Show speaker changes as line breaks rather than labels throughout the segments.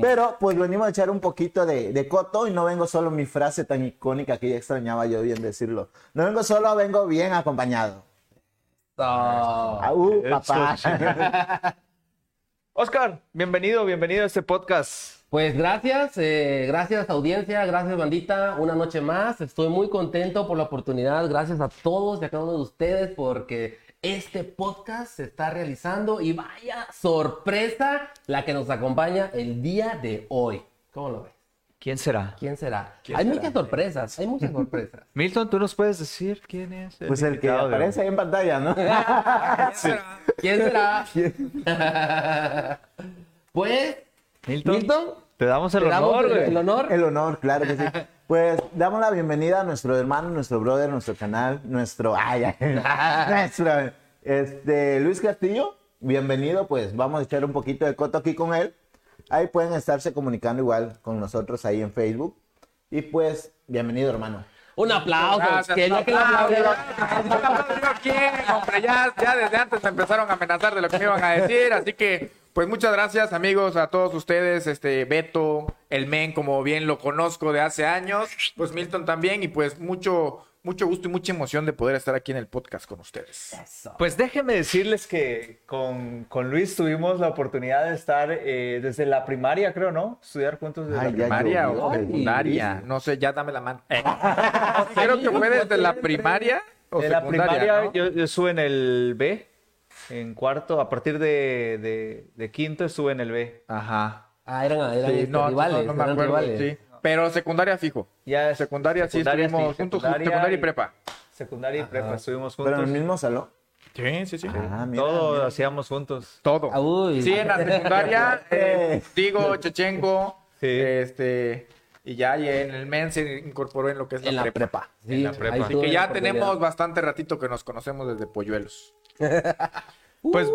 Pero pues venimos a echar un poquito de, de coto y no vengo solo mi frase tan icónica que ya extrañaba yo bien decirlo. No vengo solo, vengo bien acompañado. Ah, uh, papá.
Oscar, bienvenido, bienvenido a este podcast.
Pues gracias, eh, gracias audiencia, gracias bandita, una noche más. Estoy muy contento por la oportunidad, gracias a todos y a cada uno de ustedes porque este podcast se está realizando y vaya sorpresa la que nos acompaña el día de hoy. ¿Cómo lo ves?
¿Quién será?
¿Quién será? hay muchas sorpresas, hay muchas sorpresas.
Milton, ¿tú nos puedes decir quién es?
Pues el que
invitado de hoy?
aparece ahí en pantalla, ¿no?
¿Quién será? pues,
Milton,
Milton,
te damos el
te damos
honor,
el-
güey.
el honor.
El honor, claro que sí. Pues damos la bienvenida a nuestro hermano, nuestro brother, nuestro canal, nuestro. Ay, ay, nuestro. Este, Luis Castillo, bienvenido. Pues vamos a echar un poquito de coto aquí con él. Ahí pueden estarse comunicando igual con nosotros ahí en Facebook. Y pues, bienvenido, hermano.
Un aplauso.
Gracias,
que ya que lo aplauden.
¿Quién, hombre? Ya, ya desde antes me empezaron a amenazar de lo que me iban a decir, así que pues muchas gracias amigos a todos ustedes, este Beto, el men como bien lo conozco de hace años, pues Milton también y pues mucho mucho gusto y mucha emoción de poder estar aquí en el podcast con ustedes.
Pues déjenme decirles que con, con Luis tuvimos la oportunidad de estar eh, desde la primaria, creo, ¿no? Estudiar juntos desde
Ay,
la
ya
Primaria
llovió,
o
ay,
secundaria,
Luis.
no sé, ya dame la mano. Creo que fue desde la primaria o
en la
secundaria,
primaria
¿no?
yo, yo estuve en el B, en cuarto, a partir de, de- de quinto estuve en el B.
Ajá.
Ah, eran, eran
Sí,
este,
no,
rivales.
no, no me
eran
acuerdo,
rivales.
sí. Pero secundaria fijo.
Ya
Secundaria, sí, estuvimos juntos,
secundaria
secundaria y prepa.
Secundaria y prepa estuvimos
Pero
juntos.
en el mismo salón.
Sí, sí, sí.
Ah, mira,
Todo
mira.
hacíamos juntos.
Todo.
Ah, uy.
Sí, en la secundaria, eh,
Eh.
Digo, Chechenko,
Sí.
este, y ya y en el MEN se incorporó en lo que es
En
la,
la
prepa.
prepa. Sí,
En la
ahí
prepa. Así
tuve
que
la
ya
oportunidad.
tenemos bastante ratito que nos conocemos desde polluelos.
Pues,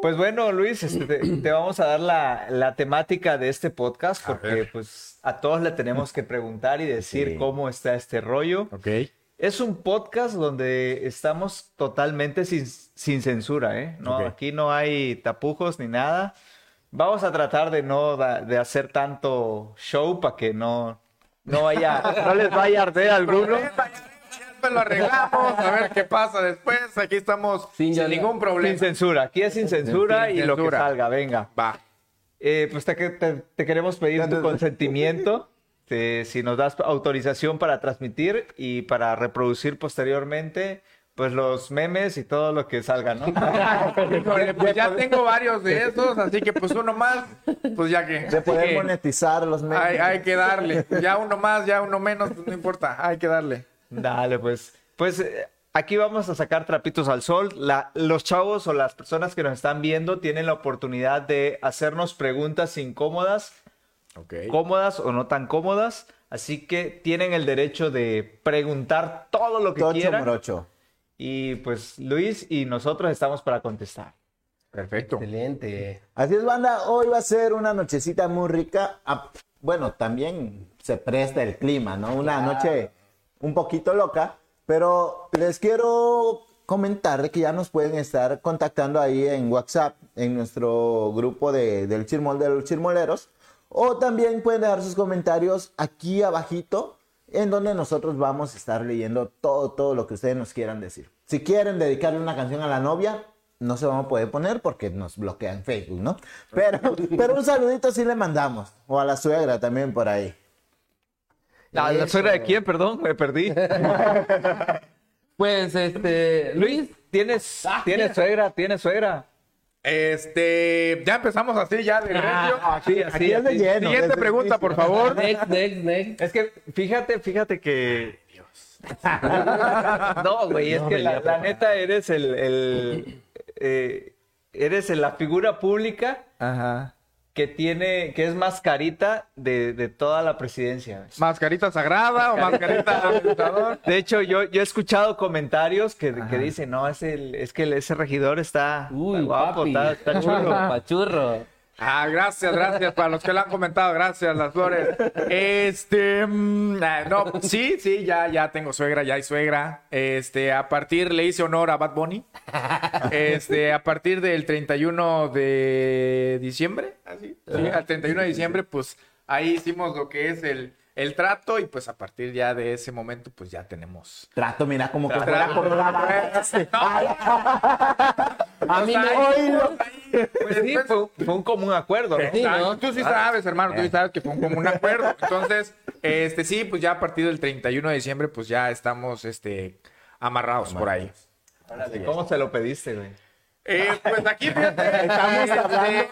pues bueno, Luis, este, te, te vamos a dar la, la temática de este podcast porque pues a todos le tenemos que preguntar y decir
Sí.
cómo está este rollo.
Ok.
Es un podcast donde estamos totalmente sin, sin censura, ¿eh? No,
Ok.
Aquí no hay tapujos ni nada. Vamos a tratar de no da- de hacer tanto show para que no, no, vaya, no les vaya a arder alguno.
Pues lo arreglamos, a ver qué pasa después. Aquí estamos
Sin
sin,
ya-
ningún
Sin
problema.
censura, aquí es sin censura
Sin
y lo que
censura.
salga, venga.
Va.
Eh, pues te, te- te queremos pedir tu consentimiento, te- si nos das autorización para transmitir y para reproducir posteriormente, pues los memes y todo lo que salga, ¿no?
Híjole, pues ya tengo varios de esos, así que pues uno más, pues ya que.
De
así
poder
que
monetizar los medios.
hay, hay que darle. Ya uno más, ya uno menos, pues no importa, hay que darle.
Dale, pues. Pues eh, aquí vamos a sacar trapitos al sol. La- los chavos o las personas que nos están viendo tienen la oportunidad de hacernos preguntas incómodas
Ok.
cómodas o no tan cómodas, así que tienen el derecho de preguntar todo lo que
Tocho
quieran.
morocho.
Y pues Luis y nosotros estamos para contestar.
Perfecto.
Excelente.
Así es, banda. Hoy va a ser una nochecita muy rica. Ah, Bueno, también se presta el clima, ¿no? Una noche un poquito loca. Pero les quiero comentar de que ya nos pueden estar contactando ahí en WhatsApp, en nuestro grupo de, del Chirmol de los Chirmoleros. O también pueden dejar sus comentarios aquí abajito, en donde nosotros vamos a estar leyendo todo, todo lo que ustedes nos quieran decir. Si quieren dedicarle una canción a la novia, no se vamos a poder poner porque nos bloquean Facebook, ¿no? Pero, pero un saludito sí le mandamos. O a la suegra también por ahí.
¿La, la
Eso.
suegra de quién? Perdón, me perdí.
Pues, este, Luis,
¿Tienes, ¿tienes suegra? ¿Tienes suegra?
Este, ya empezamos así, ya de recio.
Sí,
Aquí es de lleno.
Siguiente
desde-
pregunta, por favor.
next, next, next.
Es que fíjate, fíjate que. no, güey, es que la, la neta eres el. el, eh, eres la figura pública
Ajá.
que tiene. que es más carita de, de toda la presidencia. güey.
¿Mascarita sagrada o mascarita habilitador?
De hecho, yo, yo he escuchado comentarios que, que dicen, no, es, el, es que el- ese regidor está, está
Uy,
guapo,
papi.
está, está chulo.
Pachurro.
Ah, gracias, gracias. Para los que lo han comentado, gracias, las flores. Este, mm, ah, no, sí, sí, ya, ya tengo suegra, ya hay suegra. Este, a partir, le hice honor a Bad Bunny. Este, a partir del 31 de diciembre, así, sí, al 31 de diciembre, pues ahí hicimos lo que es el, el trato y pues a partir ya de ese momento, pues ya tenemos.
Trato, mira, como que
Trato.
fuera por la
A mí me...
Pues sí, fue, fue un común acuerdo, ¿no?
Sí,
Exacto.
¿no?
Tú sí Eh. sabes, hermano, tú sí sabes que fue un común acuerdo. Entonces, este sí, pues ya a partir del 31 de diciembre, pues ya estamos este, amarrados por ahí.
¿Cómo se lo pediste, güey?
Eh, pues aquí, fíjate,
Estamos
este,
hablando-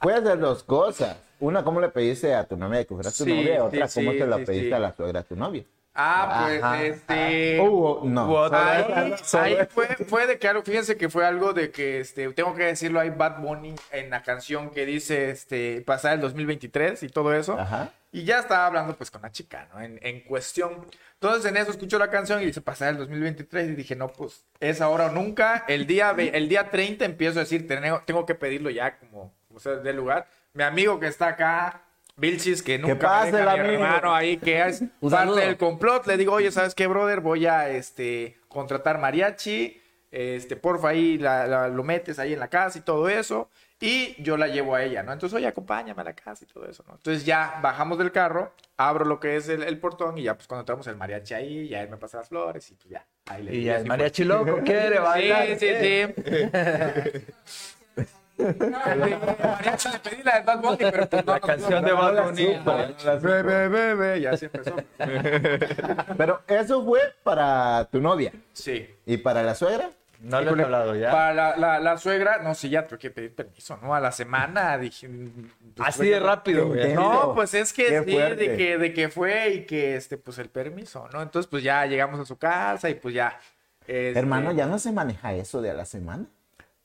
Puedes hacer dos cosas. Una, ¿cómo le pediste a tu novia que fuera tu
Sí,
novia? Otra,
sí,
¿cómo
sí,
te la
sí,
pediste
sí.
a la suegra de tu novia?
Ah, pues
Ajá.
este.
Hubo, no.
Hubo otra.
Ahí, ahí fue, fue de claro, fíjense que fue algo de que, este, tengo que decirlo, hay Bad Bunny en la canción que dice, este, pasar el 2023 y todo eso.
Ajá.
Y ya estaba hablando, pues, con la chica, ¿no? En, en cuestión. Entonces, en eso escucho la canción y dice, pasar el 2023 y dije, no, pues, es ahora o nunca. El día, ve- el día 30 empiezo a decir, tengo, tengo que pedirlo ya, como, o sea, del lugar. Mi amigo que está acá, Vilchis, que nunca
pase el
mi
amigo.
hermano ahí, que es
Un
parte
saludo.
del complot. Le digo, oye, ¿sabes qué, brother? Voy a este, contratar mariachi. Este, porfa, ahí la- la- lo metes ahí en la casa y todo eso. Y yo la llevo a ella, ¿no? Entonces, oye, acompáñame a la casa y todo eso, ¿no? Entonces ya bajamos del carro, abro lo que es el, el portón y ya, pues cuando entramos el mariachi ahí, ya él me pasa las flores y pues ya. Ahí le
Y
di,
ya
así
el
fue.
mariachi loco quiere bailar. ¿eh?
Sí, sí, sí. Mariachi, le pedí la de Bad Bunny, pero pues, no,
La
no,
canción
no,
de
no,
Bad
no la
Bunny.
supo. Ve, ve, ve, ve, ya se empezó.
Pero eso fue para tu novia.
Sí.
¿Y para la suegra?
No le he
Híjole,
hablado ya.
Para la, la- la suegra, no, sí, ya tuve que pedir permiso, ¿no? A la semana dije. pues,
Así de
fue-
rápido, güey.
Intenso.
No, pues es
Qué
que sí,
fuerte.
de que, de que fue y que, este, pues el permiso, ¿no? Entonces, pues ya llegamos a su casa y pues ya. este,
Hermano, ya no se maneja eso de a la semana.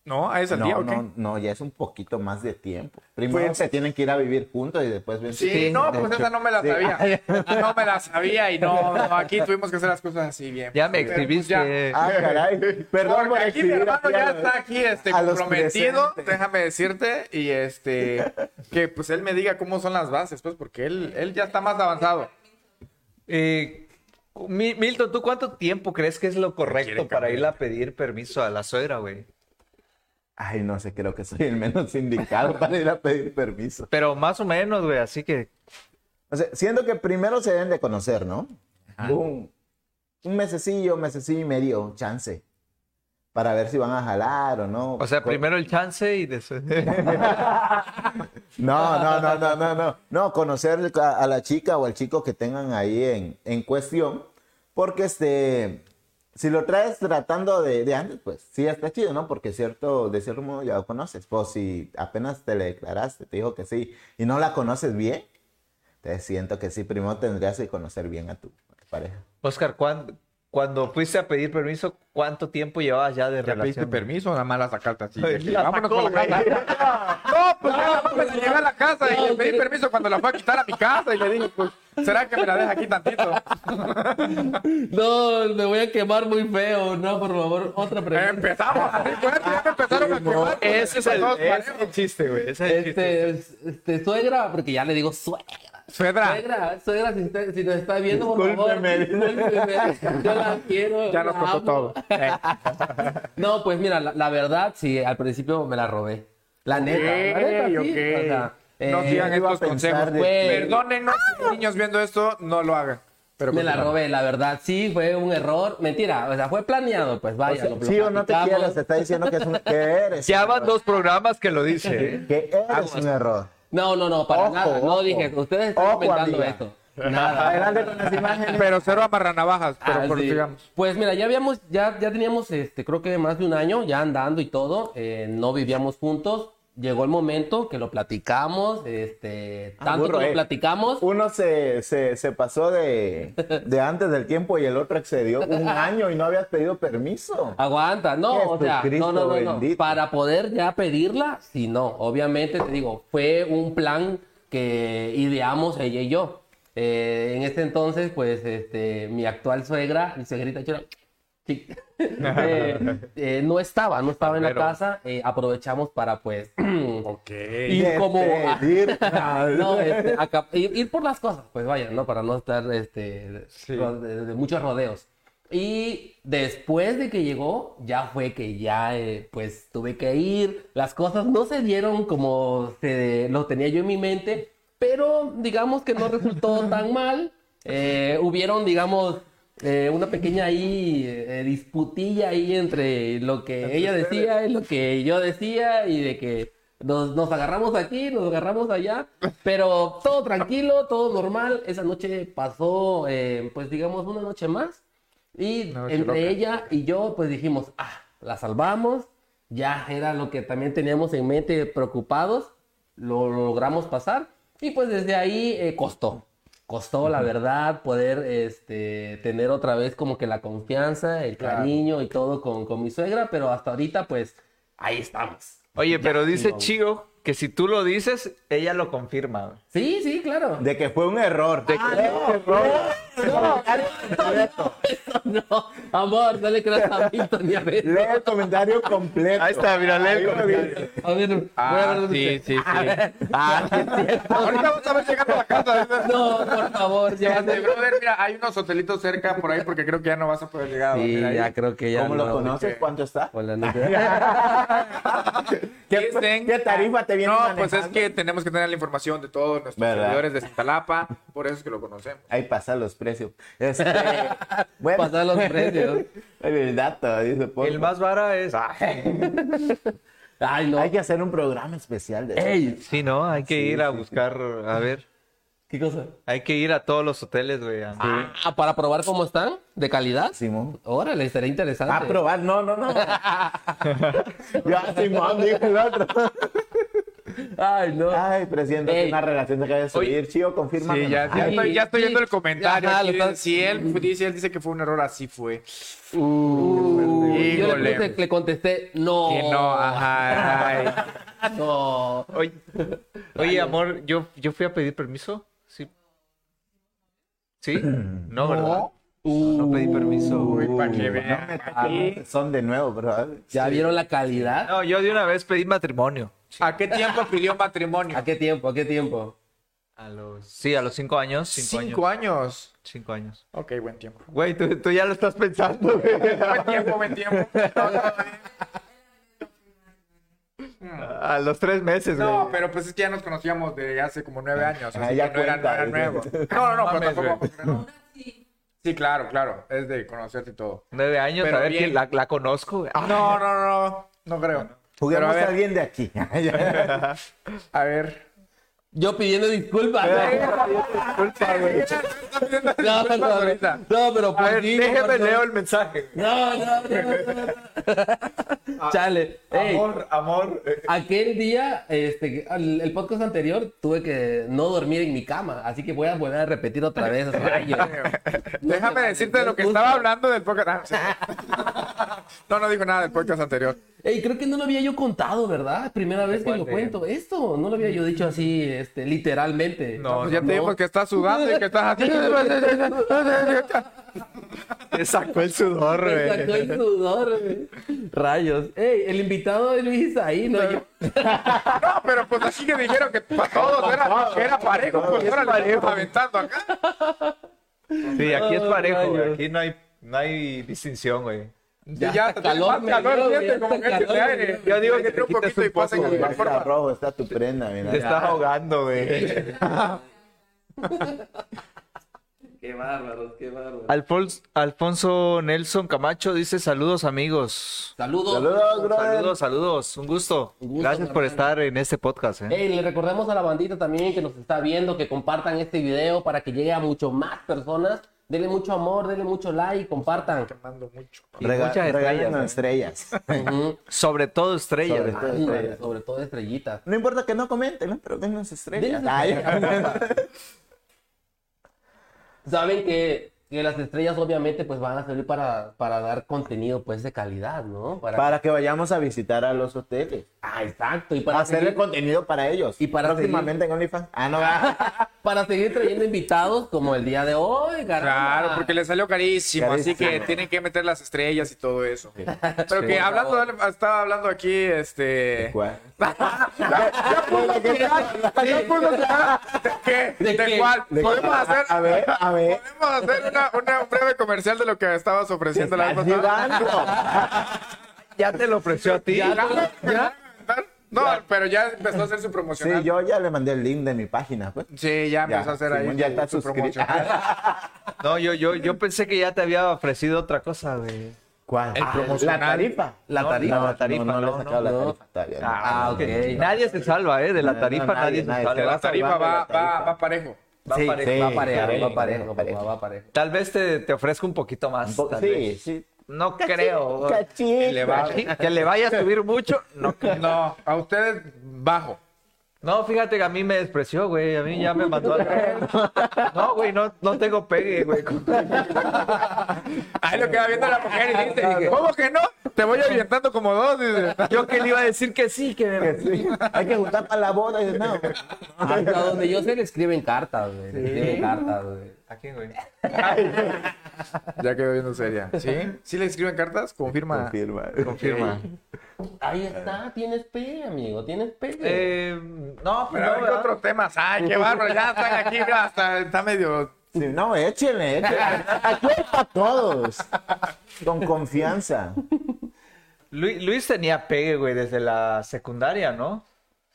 No, a ese
No,
día, ¿o qué?
no, no, ya es un poquito más de tiempo. Primero
Pues-
se tienen que ir a vivir juntos y después ven
Sí,
si-
no,
de
pues
hecho.
esa no me la
Sí.
sabía. No me la sabía y no, no, aquí tuvimos que hacer las cosas así bien.
Ya me
Pero, pues, ya.
exhibiste.
Ah, caray. Perdón
Porque
por
aquí mi
exhibir
hermano
aquí a
ya
los-
está aquí este,
a los
comprometido,
presentes.
déjame decirte, y este, que pues él me diga cómo son las bases, pues, porque él, él ya está más avanzado.
Eh, Mi- Milton, ¿tú cuánto tiempo crees que es lo correcto
Pues Quiere
para
cambiar.
ir a pedir permiso a la suegra, güey?
Ay, no sé, creo que soy el menos indicado para ir a pedir permiso.
Pero más o menos, güey, así que
O sea, siento que primero se deben de conocer, ¿no? Un, un mesecillo, mesecillo y medio, chance. Para ver si van a jalar o no.
O sea,
Co-
primero el chance y después.
No, no, no, no, no, no. No, conocer a, a la chica o al chico que tengan ahí en, en cuestión. Porque este, si lo traes tratando de, de antes, pues sí está chido, ¿no? Porque cierto, de cierto modo ya lo conoces. Pues si apenas te le declaraste, te dijo que sí, y no la conoces bien, te siento que sí, primero tendrías que conocer bien a tu, a tu pareja.
Oscar, ¿cuándo, cuando fuiste a pedir permiso, ¿cuánto tiempo llevabas ya de
¿Ya pediste
relación?
permiso? Nada más la sacaste así.
Ay,
de que,
la
Vámonos
sacó,
por la
güey.
casa. No, pues no, pues, llegué a la casa y
No,
le pedí
quiere-
permiso cuando la fue a quitar a mi casa y le dije, pues, ¿será que me la deja aquí tantito?
No, me voy a quemar muy feo. No, por favor, otra pregunta.
Empezamos así fuerte, ya me empezaron a quemar.
Ese es el,
Todos
ese es
parejos.
el chiste, güey. Ese es el chiste.
Este, este, suegra, porque ya le digo suegra.
Suegra,
Suegra, suegra, si, está- si nos está viendo, por
Discúlpeme.
favor. discúlpeme. Yo la quiero.
ya nos
la
contó
amo.
todo. Eh,
No, pues mira, la, la verdad, sí, al principio me la robé. La neta, la neta, sí.
ok, ok.
O sea,
no
eh,
sigan
yo iba a
estos
pensar
consejos.
de-
Güey.
Perdónennos, niños viendo esto, no lo hagan. Pero
me la
continúa.
robé, la verdad, sí, fue un error. Mentira, o sea, fue planeado, pues vaya. lo- lo
sí o no te
platicamos.
quieres, te está diciendo que, es un, que eres.
Ya
un
van
error.
dos programas que lo dice. ¿eh?
Que eres un error.
No, no, no, para
Ojo,
nada. No
ojo.
dije, ustedes están
Ojo,
inventando
amiga.
esto. Nada.
Adelante con las imágenes.
Pero cero amarranavajas, pero
Ah,
por
sí.
digamos.
Pues mira, ya habíamos, ya, ya teníamos, este, creo que más de un año ya andando y todo, eh, no vivíamos juntos. Llegó el momento que lo platicamos, este,
Ah,
tanto
burro,
que lo
eh.
platicamos.
Uno se, se, se pasó de, de antes del tiempo y el otro excedió un año y no habías pedido permiso.
Ah, Aguanta, no, o sea,
Jesucristo
no, no, no, no.
bendito.
Para poder ya pedirla, si no, obviamente te digo, fue un plan que ideamos ella y yo. Eh, en este entonces, pues, este, mi actual suegra, mi suegrita, yo era- Sí. Eh, eh, no estaba, no estaba en la
Pero-
casa. eh, aprovechamos para pues
Ok.
ir como a-
Despedir.
no, este, acá- ir, ir por las cosas, pues vaya, ¿no? Para no estar este,
Sí.
ro- de, de muchos rodeos. Y después de que llegó, ya fue que ya, eh, pues tuve que ir. Las cosas no se dieron como se, lo tenía yo en mi mente, pero digamos que no resultó tan mal. Eh, hubieron, digamos, eh, una pequeña ahí eh, disputilla ahí entre lo que ella decía y lo que yo decía y de que nos, nos agarramos aquí, nos agarramos allá, pero todo tranquilo, todo normal. Esa noche pasó, eh, pues digamos, una noche más. Y
Noche
entre
loca.
ella y yo, pues dijimos, ah, la salvamos. Ya era lo que también teníamos en mente preocupados. Lo, lo logramos pasar. Y pues desde ahí eh, costó. Costó, la verdad, poder este, tener otra vez como que la confianza, el
Claro.
cariño y todo con, con mi suegra. Pero hasta ahorita, pues, ahí estamos.
Oye, pero dice
no.
Chigo que si tú lo dices, ella lo confirma. güey.
Sí, sí, claro.
De que fue un error. Ah,
No, eso no. Amor, no le creas a Milton ni a ver.
Lee el comentario completo.
Ahí está, mira, lee el
Ahí lo
comentario.
vi.
A ver, voy a
Ah,
ver.
sí, sí, sí.
Ah, sí, es cierto.
Ahorita vamos a ver llegando a la casa.
No, por favor,
Este,
llévate.
brother, mira, hay unos hotelitos cerca por ahí porque creo que ya no vas a poder llegar.
Sí,
mira, ahí.
ya creo que Pues- ya.
¿Cómo lo
no.
conoces? ¿Cuánto está?
Con la neta.
¿Qué- qué tarifa te viene
No, pues
manejando?
es que tenemos que tener la información de todos nuestros
¿Verdad?
seguidores de Cintalapa, por eso es que lo conocemos.
Ahí pasan los precios. Este, bueno,
Pasar los precios.
el dato, dice Paul.
El más vara es.
Ay, no.
Hay que hacer un programa especial de eso.
Ey,
Sí, no, hay que ir a buscar, a ver.
¿qué cosa?
Hay que ir a todos los hoteles, güey. a-
Ah, para probar cómo están, de calidad.
Simón.
Órale, estaría interesante.
Ah,
A probar, no, no, no. Yo a Simón dijo el otro.
Ay, no.
Ah,
Ay, pero siento que
Ey.
una relación se acaba de subir. Chío, confirma.
Sí, ya, ya
Ay,
estoy, ya estoy
sí.
viendo el comentario.
Ajá,
aquí.
lo estás-
Si él fu- dice, él dice que fue un error, así fue.
Uh, yo le,
Híjole.
puse- le contesté, no.
Que no,
ah.
ajá, ay.
No.
Oye, oye, amor, ¿yo, yo fui a pedir permiso. Sí. ¿Sí? No, ¿verdad?
Uh.
No pedí permiso.
Uy, para que
No
vean.
me toquen,
aquí.
Ah, son de nuevo, ¿verdad?
¿Ya vieron la calidad?
No, yo de una vez pedí matrimonio.
¿A qué tiempo pidió matrimonio?
¿A qué tiempo? ¿A qué tiempo?
A los... Sí, a los cinco años. Cinco,
Cinco
años.
años.
Cinco años.
Ok, buen tiempo.
Güey, tú, tú ya lo estás pensando, güey.
Buen tiempo, buen tiempo. No, no,
A los tres meses, güey.
No, pero pues es que ya nos conocíamos de hace como nueve años.
Ah,
así
ya
que no era, no era
cuenta,
nuevo.
güey.
No, no, no, pero
Mames,
tampoco. Sí, claro, claro. Es de conocerte y todo.
Nueve años,
Pero
a ver,
bien.
¿quién la, la conozco, güey. Ah,
No, no, no. No creo. Pero
Juguemos
a
a,
ver,
alguien de aquí. Ya.
a ver.
Yo pidiendo disculpas.
disculpa, güey.
No, no, no,
ahorita.
no, pero
A
pues
ver,
sí,
déjeme
no,
leo el mensaje.
No, no, no, no,
Ah.
no. Chale. Ey,
Amor, amor. eh,
aquel día, este, el, el podcast anterior, tuve que no dormir en mi cama, así que voy a volver a repetir otra vez. rayos.
Déjame decirte de lo que estaba hablando del podcast. Ah, sí. No, no dijo nada del podcast anterior.
Ey, creo que no lo había yo contado, ¿verdad? Primera vez que
¿Cuál
lo
de-
cuento. Esto no lo había yo dicho así, este, literalmente.
No,
Pues ya
no.
te dijo que estás sudando y que estás así.
Te sacó el sudor,
Me sacó
güey.
el sudor, güey. Rayos. Ey, el invitado de Luis ahí, no yo.
No, pero pues así que dijeron que para todos era, era parejo. Pues ahora le estamos aventando acá.
Sí, aquí es
Ay,
parejo, güey.
rayos.
Aquí no hay, no hay distinción, güey.
Ya,
Ya
ya
hasta
te calor,
calor
más
me
calor,
dio,
siente
ya
como
hasta
que este
calor me
aire.
dio.
Yo digo que
Entre un
te quites
poquito y
un poco,
pasa en
güey.
alguna
está
forma.
rojo, está tu prenda,
Te
mira.
estás ahogando, güey.
Qué bárbaros, qué bárbaros.
Alfonso, Alfonso Nelson Camacho dice saludos amigos.
Saludos.
Saludos, brother.
Saludos, saludos, un gusto.
Un gusto,
Gracias por
hermano.
estar en este podcast. ¿eh?
Ey, le recordamos a la bandita también que nos está viendo que compartan este video para que llegue a mucho más personas. Denle mucho amor, denle mucho like, compartan.
Quemando mucho.
Y
Rega-
muchas
regálanos
estrellas.
estrellas.
Ujú.
Sobre todo estrellas.
Sobre
¿eh?
todo.
Ándale, sobre todo estrellitas.
No importa que no comenten, ¿no? pero dennos estrellas.
Dennos
Ay.
estrellas, porfa. Saben que que las estrellas obviamente pues van a servir para, para dar contenido pues de calidad, ¿no? Para,
Para que vayamos a visitar a los hoteles.
Ah, exacto. Y para
Para hacer el
seguir-
contenido para ellos.
Y para
Próximamente en OnlyFans. Ah, no, va.
para seguir trayendo invitados como el día de hoy,
Claro, porque le salió carísimo, así que
Carísimo.
tienen que meter las estrellas y todo eso. Pero que hablando, estaba hablando aquí, este...
¿Cuál?
Ya pudo quedar, ya pudo quedar. ¿De qué?
¿De
¿De
qué?
cuál?
¿De qué?
Podemos hacer...
A ver, a ver.
Podemos hacer una, una- un breve comercial de lo que estabas ofreciendo la vez pasada.
Ayudando.
Ya te lo ofreció a ti.
¿Ya? No, pero ya empezó a hacer su
Sí,
promocional.
yo ya le mandé el link de mi página. Pues.
Sí, ya
Ya,
empezó a hacer
Simón
ahí
ya está suscrito. Ah,
promocional.
No, yo, yo, yo pensé que ya te había ofrecido otra cosa, güey.
¿Cuál?
El
Ah,
promocional.
La tarifa.
La tarifa.
No,
La tarifa,
No, no, le
no,
he sacado
no,
la
no.
tarifa. todavía, no.
Ah, ok.
Nadie se salva, ¿eh? De la tarifa
No, no, nadie,
nadie, se
nadie.
salva.
La tarifa va, va, va parejo.
Va
Sí,
parejo.
sí,
va parejo,
parejo,
Eh, va parejo,
parejo.
papá, va parejo.
Tal vez te, te ofrezca un poquito más.
Un poco-
tal
Sí,
vez.
sí.
No creo.
Cachín.
Le va.
Que le vaya a subir mucho, no creo.
No, a ustedes bajo.
No, fíjate que a mí me despreció, güey. A mí ya me mandó a No, güey, no, no tengo pegue, güey.
Ahí lo queda viendo la mujer y dice, ¿cómo que no? Te voy orientando como dos. dice.
Yo que le iba a decir que sí, que me...
Sí. Hay que juntar para la boda. Y, no.
Hasta donde yo sé le escriben cartas, güey. Le escriben cartas, güey.
¿A quién, güey?
Ya quedó viendo seria. ¿Sí? ¿Sí le escriben cartas? Confirma.
Confirma.
Confirma.
Ahí está, tienes P, amigo, tienes P.
Eh, no,
Pero
pero...
a ver qué otros temas. Ay, qué bárbaro. Ya están aquí, mira, hasta está medio...
Sí, no, échenle, échenle. Aquí hay para todos. Con confianza.
Luis, Luis tenía pegue, güey, desde la secundaria, ¿no?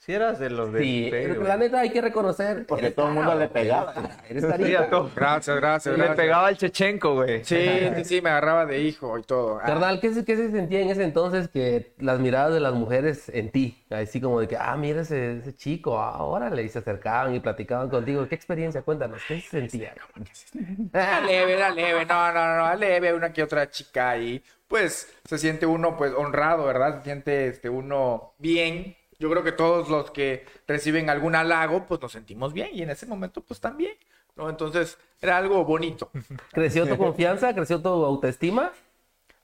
Si eras de los de
Sí,
pegue,
pero
güey.
la neta hay que reconocer.
Porque
eres
todo el mundo
tarado,
le pegaba.
Eres
Sí,
tarado.
a todo.
Gracias, gracias,
Le
gracias.
pegaba al Chechenko, güey.
Sí, sí, sí, me agarraba de hijo y todo. Ah,
Carnal, ¿qué se, qué se sentía en ese entonces que las miradas de las mujeres en ti? Así como de que, ah, mira ese, ese chico, ah, órale, y se acercaban y platicaban contigo. ¿Qué experiencia? Cuéntanos, ¿qué se sentía?
Era leve, era leve, no, no, no, era leve, una que otra chica ahí, pues se siente uno pues honrado, ¿verdad? Se siente este, uno bien. Yo creo que todos los que reciben algún halago, pues nos sentimos bien y en ese momento pues también, ¿no? Entonces era algo bonito.
¿Creció tu confianza? ¿Creció tu autoestima?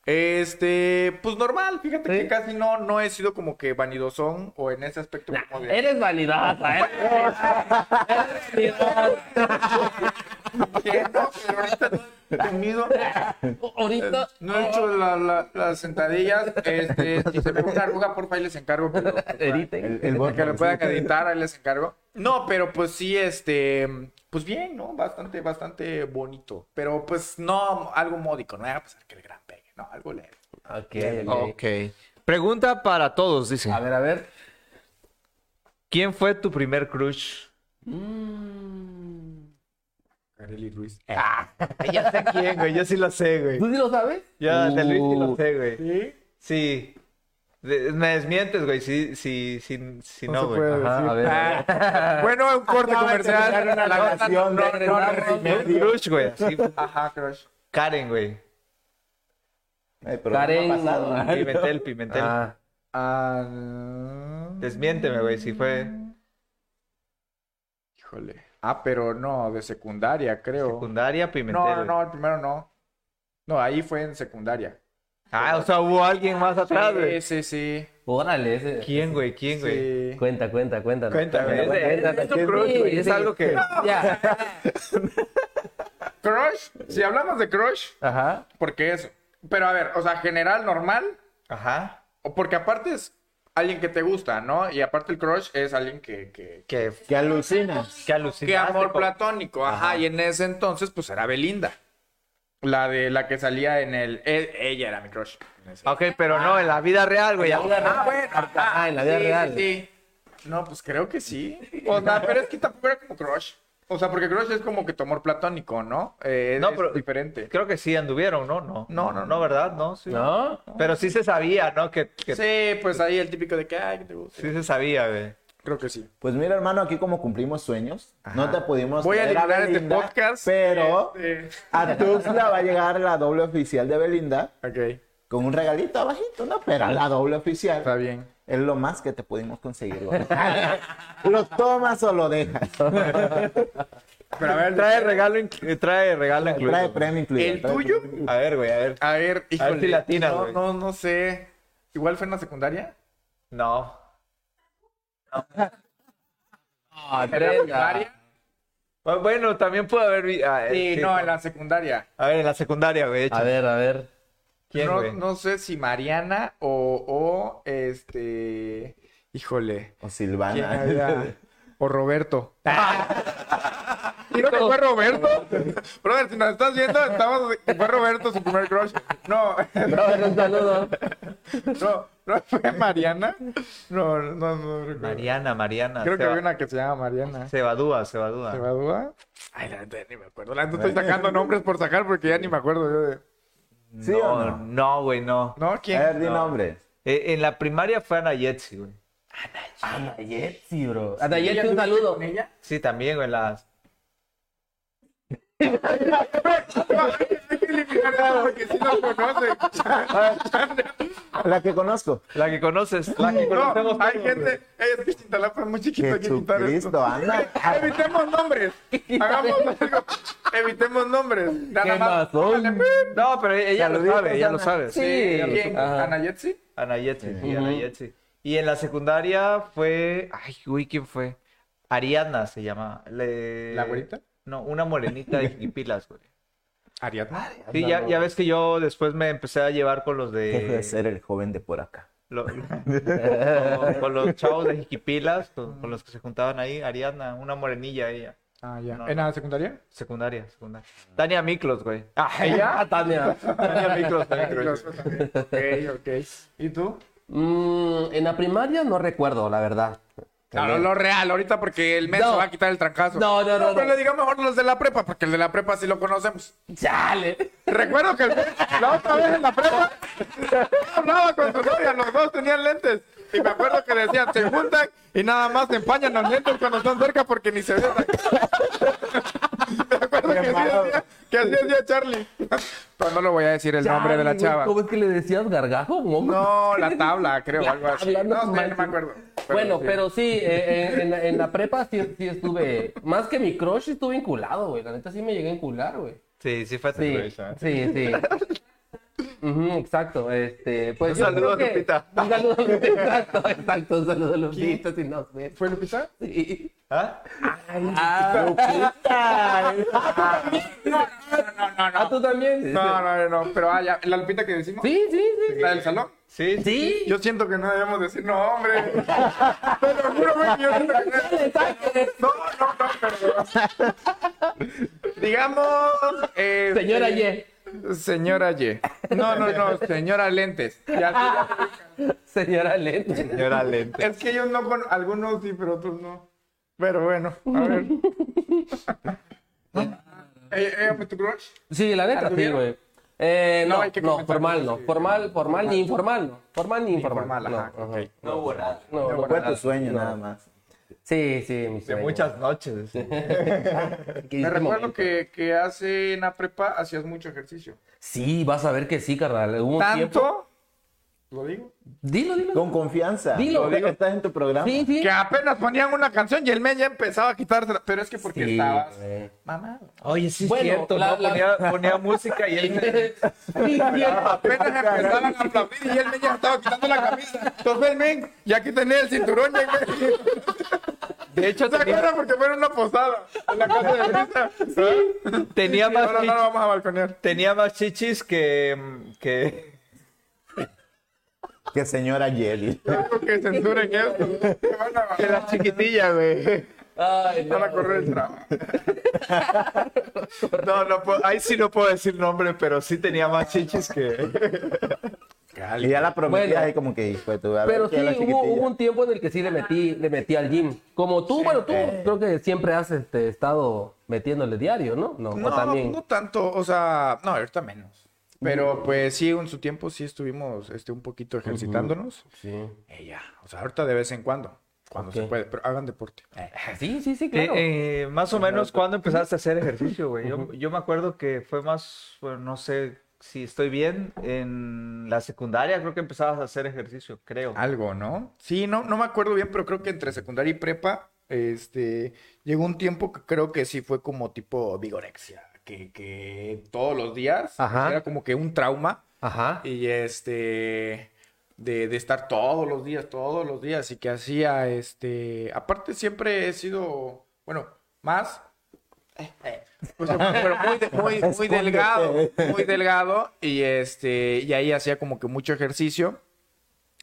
Este, pues normal, fíjate
Sí.
que casi no, no he sido como que vanidosón o en ese aspecto como de...
Eres vanidosa, eres, eres vanidosa.
que no, pero ahorita no he comido.
Ahorita,
No he hecho la- la- las sentadillas. Este, si se me ve una arruga, porfa, ahí les encargo. que lo-
editen.
que lo puedan editar, ahí les encargo. No, pero pues sí, este, pues bien, ¿no? Bastante, bastante bonito. Pero pues no algo módico, no voy a pasar que el gran pegue, no, algo leve.
Ok, ok.
Ok. Pregunta para todos, dice.
A ver, a ver.
¿Quién fue tu primer crush?
Mm.
Arely Ruiz.
Ya sé quién, güey. Yo sí lo sé, güey.
¿Tú sí lo sabes?
Ya, de Luis sí lo
Uh.
sé, güey.
¿Sí?
Sí. De- me desmientes, güey. Sí, sí, sí, sí,
No
no,
se
güey.
Ajá,
puede.
Ah, a ver. a ver.
Bueno, un corte
Acaba de
comercial.
terminar una
La verdad, no,
relación
no,
de
no,
Renato
no,
Jiménez.
no.
Primer crush, güey. así.
Ajá, crush.
Karen, güey.
El programa pasado.
Karen.
Pimentel, Pimentel.
Ah,
Ah,
Desmiénteme, güey. Si fue
híjole. Ah, pero no, de secundaria, creo.
secundaria, Pimentel.
No,
güey.
no, el primero no. No, ahí fue en secundaria.
Ah, o sea, hubo alguien más atrás, güey.
Sí, sí, sí.
órale, ese.
¿Quién, güey? ¿Quién, güey?
sí.
Cuenta, cuenta, cuenta.
Cuéntame. Es,
Cuéntame,
de- es,
cuéntame,
de tu
¿quién?
crush, güey. Es
Sí,
algo que.
Ya.
Crush, si hablamos de crush,
Ajá.
porque eso. Pero a ver, o sea, general, normal,
Ajá.
o porque aparte es alguien que te gusta, ¿no? Y aparte el crush es alguien que... que...
Que,
Que alucinas.
que alucinaste.
Qué amor
con-
platónico, ajá, y en ese entonces pues era Belinda. La de la que salía en el... e- Ella era mi crush. en ese-
Ok, pero no, en la vida real, güey.
Ah, bueno.
Ah, en la vida
sí,
real.
Sí, sí. No, pues creo que sí. O sea, pero es que tampoco era como crush. O sea, porque crush es como que tu amor platónico, ¿no? Eh,
No,
es
pero-
diferente.
Creo que sí anduvieron, ¿no? No,
No, no,
no, ¿verdad? No, sí.
¿No?
Pero sí se sabía, ¿no? Que, que sí.
Sí, pues ahí el típico de que, ay, que te gusta.
se sabía, güey.
Creo que sí.
Pues mira, hermano, aquí como cumplimos sueños, no te pudimos
Voy a
traer
eliminar este
Belinda,
podcast.
Pero
Este,
a Tuxla va a llegar la doble oficial de Belinda
Ok,
con un regalito abajito, ¿no? Pero la doble oficial
está bien.
es lo más que te pudimos conseguir. güey. ¿Lo tomas o lo dejas?
Pero a ver,
Trae regalo, inclu- trae regalo incluido.
Trae
güey.
premio incluido.
¿El
trae
tuyo?
premio.
A ver, güey, a ver.
A
A
ver,
ver si
híjole.
le atinas,
no,
güey.
no, no sé. ¿Igual fue en la secundaria?
No.
Ah,
¿En la
tremenda.
primaria?
Bu- Bueno, también puede haber. vi- ah, eh,
Sí, no, en
A
la secundaria.
ver, en la secundaria, güey. de hecho.
A ver, a ver.
¿Quién,
no,
güey?
no sé si Mariana o, o este. Híjole.
O
¿quién
Silvana.
era? O Roberto. Creo que fue Roberto. Robert, si nos estás viendo, estamos. Fue Roberto su primer crush. No,
Brother, un saludo.
no, no fue Mariana. No, no, no recuerdo.
Mariana, Mariana.
Creo que
Seba-
había una que se llama Mariana.
Sebadúa, Sebadúa.
¿Se gradúa? Ay, la neta, ni me acuerdo. La neta, estoy sacando nombres por sacar porque ya ni me acuerdo yo de.
¿Sí o
No,
no?
no, güey, no.
No,
A
¿quién?
ver, di nombre.
Eh, en la primaria fue Ana Yetsi, güey.
Ana Yetsi, bro. Ana Yetsi, un saludo.
ella?
Sí, también, güey. Las...
Hay que eliminarla porque si no conoce.
La que conozco.
La que conoces, la que conocemos.
No,
todos,
hay
güey.
gente. Ey, es que Chintalapa es muy chiquito, hay que quitar esto.
Jesucristo, anda.
Ah.
Evitemos nombres. Hagamos algo. Evitemos nombres. Ya nada más.
mazón.
Dale,
No, pero ella lo
Saluditos,
sabe, ella lo
Ana.
sabe.
Sí.
¿Quién?
Ajá.
¿Ana Yetzi?
Ana Yetsi, sí, Ana Yetsi. Y en la secundaria fue. Ay, güey, ¿quién fue? Ariadna se llama. Le-
¿La güerita?
No, una morenita de jiquipilas, güey.
Ariadna.
Sí, ya, ya ves que yo después me empecé a llevar con los
Dejo de
de.
ser el joven de por acá.
lo- con, con los chavos de jiquipilas, con, con los que se juntaban ahí. Ariadna, una morenilla ella.
Ah, ya.
No.
¿En la secundaria?
Secundaria, secundaria. Tania Miklos, güey. Ah,
Ah, Tania.
Tania Miklos, Tania Miklos.
Ah, ok, ok. ¿Y tú?
Mm, en la primaria no recuerdo, la verdad.
Claro, lo real, ahorita porque el mes
No.
va a quitar el trancazo.
No, no, no,
Pero
no.
le digo mejor los de la prepa, porque el de la prepa sí lo conocemos.
Chale.
Recuerdo que el- la otra vez en la prepa hablaba con su novia, los dos tenían lentes. Y me acuerdo que decían, se juntan y nada más se empañan los lentes cuando están cerca porque ni se ven. me acuerdo que así, decía, que así decía Charlie. Pero no lo voy a decir el nombre de la
Chale, güey,
chava.
¿Cómo es que le decías gargajo? ¿Cómo?
No, la tabla, creo,
La
algo así.
tabla, no
No, sé, no
manches.
me acuerdo.
bueno,
sí.
pero sí, eh, eh, en, la- en la prepa sí, sí estuve. Más que mi crush, estuve enculado, güey. La neta sí me llegué a encular, güey.
Sí, sí fue tu
Sí,
crush, ¿eh?
sí, sí. Ujú, exacto, este, pues
Un
yo
saludo
creo
a Lupita.
Un saludo a Lupita, exacto, exacto, un saludo a Lupita, si no, güey.
¿Fue Lupita? Ah,
¿Ah?
Sí.
No, no,
Ah, ¿tú también?
No, no, no, no, pero ah, ya, la Lupita que decimos,
Sí, sí, sí.
la del salón.
Sí, sí.
Sí.
Yo siento que no debemos decir nombre. Te lo juro, güey, que yo siento que no- No, no, no, pero. Digamos. eh,
Señora Ye.
Señora Ye. No, no, no, señora Lentes. Ya, ya.
Señora Lente.
Señora Lente.
Es que ellos no con. Algunos sí, pero otros no. Pero bueno, a ver. Eh, eh, pues, ¿tu crush?
Sí, la neta, sí,
¿Anduvieron?
güey. Eh,
No,
no,
hay que
no,
comentar
formal
eso,
no.
sí.
Formal, formal ni informal no. Formal ni informal.
Formal,
no,
ajá, ok.
No hubo nada.
no, no,
Fue
nada.
tu sueño nada más.
Sí, sí, mi
De
sueño.
muchas noches.
Aquí
Me
este
recuerdo
momento.
que, que hace en la prepa hacías mucho ejercicio.
Sí, vas a ver que sí, carnal. Hubo un tiempo-
Tanto, lo digo,
Dilo, dilo.
Con confianza.
Dilo.
Ahorita que estás en tu programa.
Sí, sí.
que apenas ponían una canción y el men ya empezaba a quitársela. Pero es que porque
Sí,
estabas
güey.
mamá.
Oye, sí, es
Bueno,
cierto.
la-
¿no?
la-
Ponía, ponía música y él se-
Sí, cierto.
Apenas empezaban a aplaudir y el men ya estaba quitando la camisa. Entonces el men ya aquí tenía el cinturón. Ya
De hecho,
¿Se
tenía,
acuerdan? Porque fue en una posada en la casa de Brisa.
tenía más
Ahora no
chichis,
lo vamos a balconear.
tenía más chichis que, que...
Que señora Yeli.
Algo que censuren esto. Te van a,
que la chiquitilla, güey.
Ay, no.
van a correr el trabajo.
No, no puedo- ahí sí no puedo decir nombre, pero sí tenía más chichis que...
Y ya la prometí
Bueno.
ahí como que hijo de tu. a ver,
Pero
que
sí,
a la
hubo,
chiquitilla.
hubo un tiempo en el que sí le metí, le metí al gym. Como tú, bueno, tú creo que siempre has este, estado metiéndole diario, ¿no? No, o
No,
también. Mm.
no tanto, o sea, no, ahorita menos. Pero pues sí, en su tiempo sí estuvimos este, un poquito ejercitándonos.
Sí.
Eh, ya, o sea, ahorita de vez en cuando, cuando se
Ok. Eh.
puede, pero hagan deporte.
Sí, sí, sí, claro.
Eh, eh, más o menos, ¿cuándo empezaste a hacer ejercicio, güey? Yo, yo me acuerdo que fue más, bueno, no sé si estoy bien, en la secundaria creo que empezabas a hacer ejercicio, creo.
Algo, ¿no? Sí, no, no me acuerdo bien, pero creo que entre secundaria y prepa Este, llegó un tiempo que creo que sí fue como tipo vigorexia, que, que todos los días
Ajá.
era como que un trauma.
Ajá.
Y este. De, de estar todos los días, todos los días. Y que hacía este. Aparte, siempre he sido. Bueno, más. o sea, pero muy, de- muy- muy
Escóndete.
delgado. Muy delgado. Y este. Y ahí hacía como que mucho ejercicio.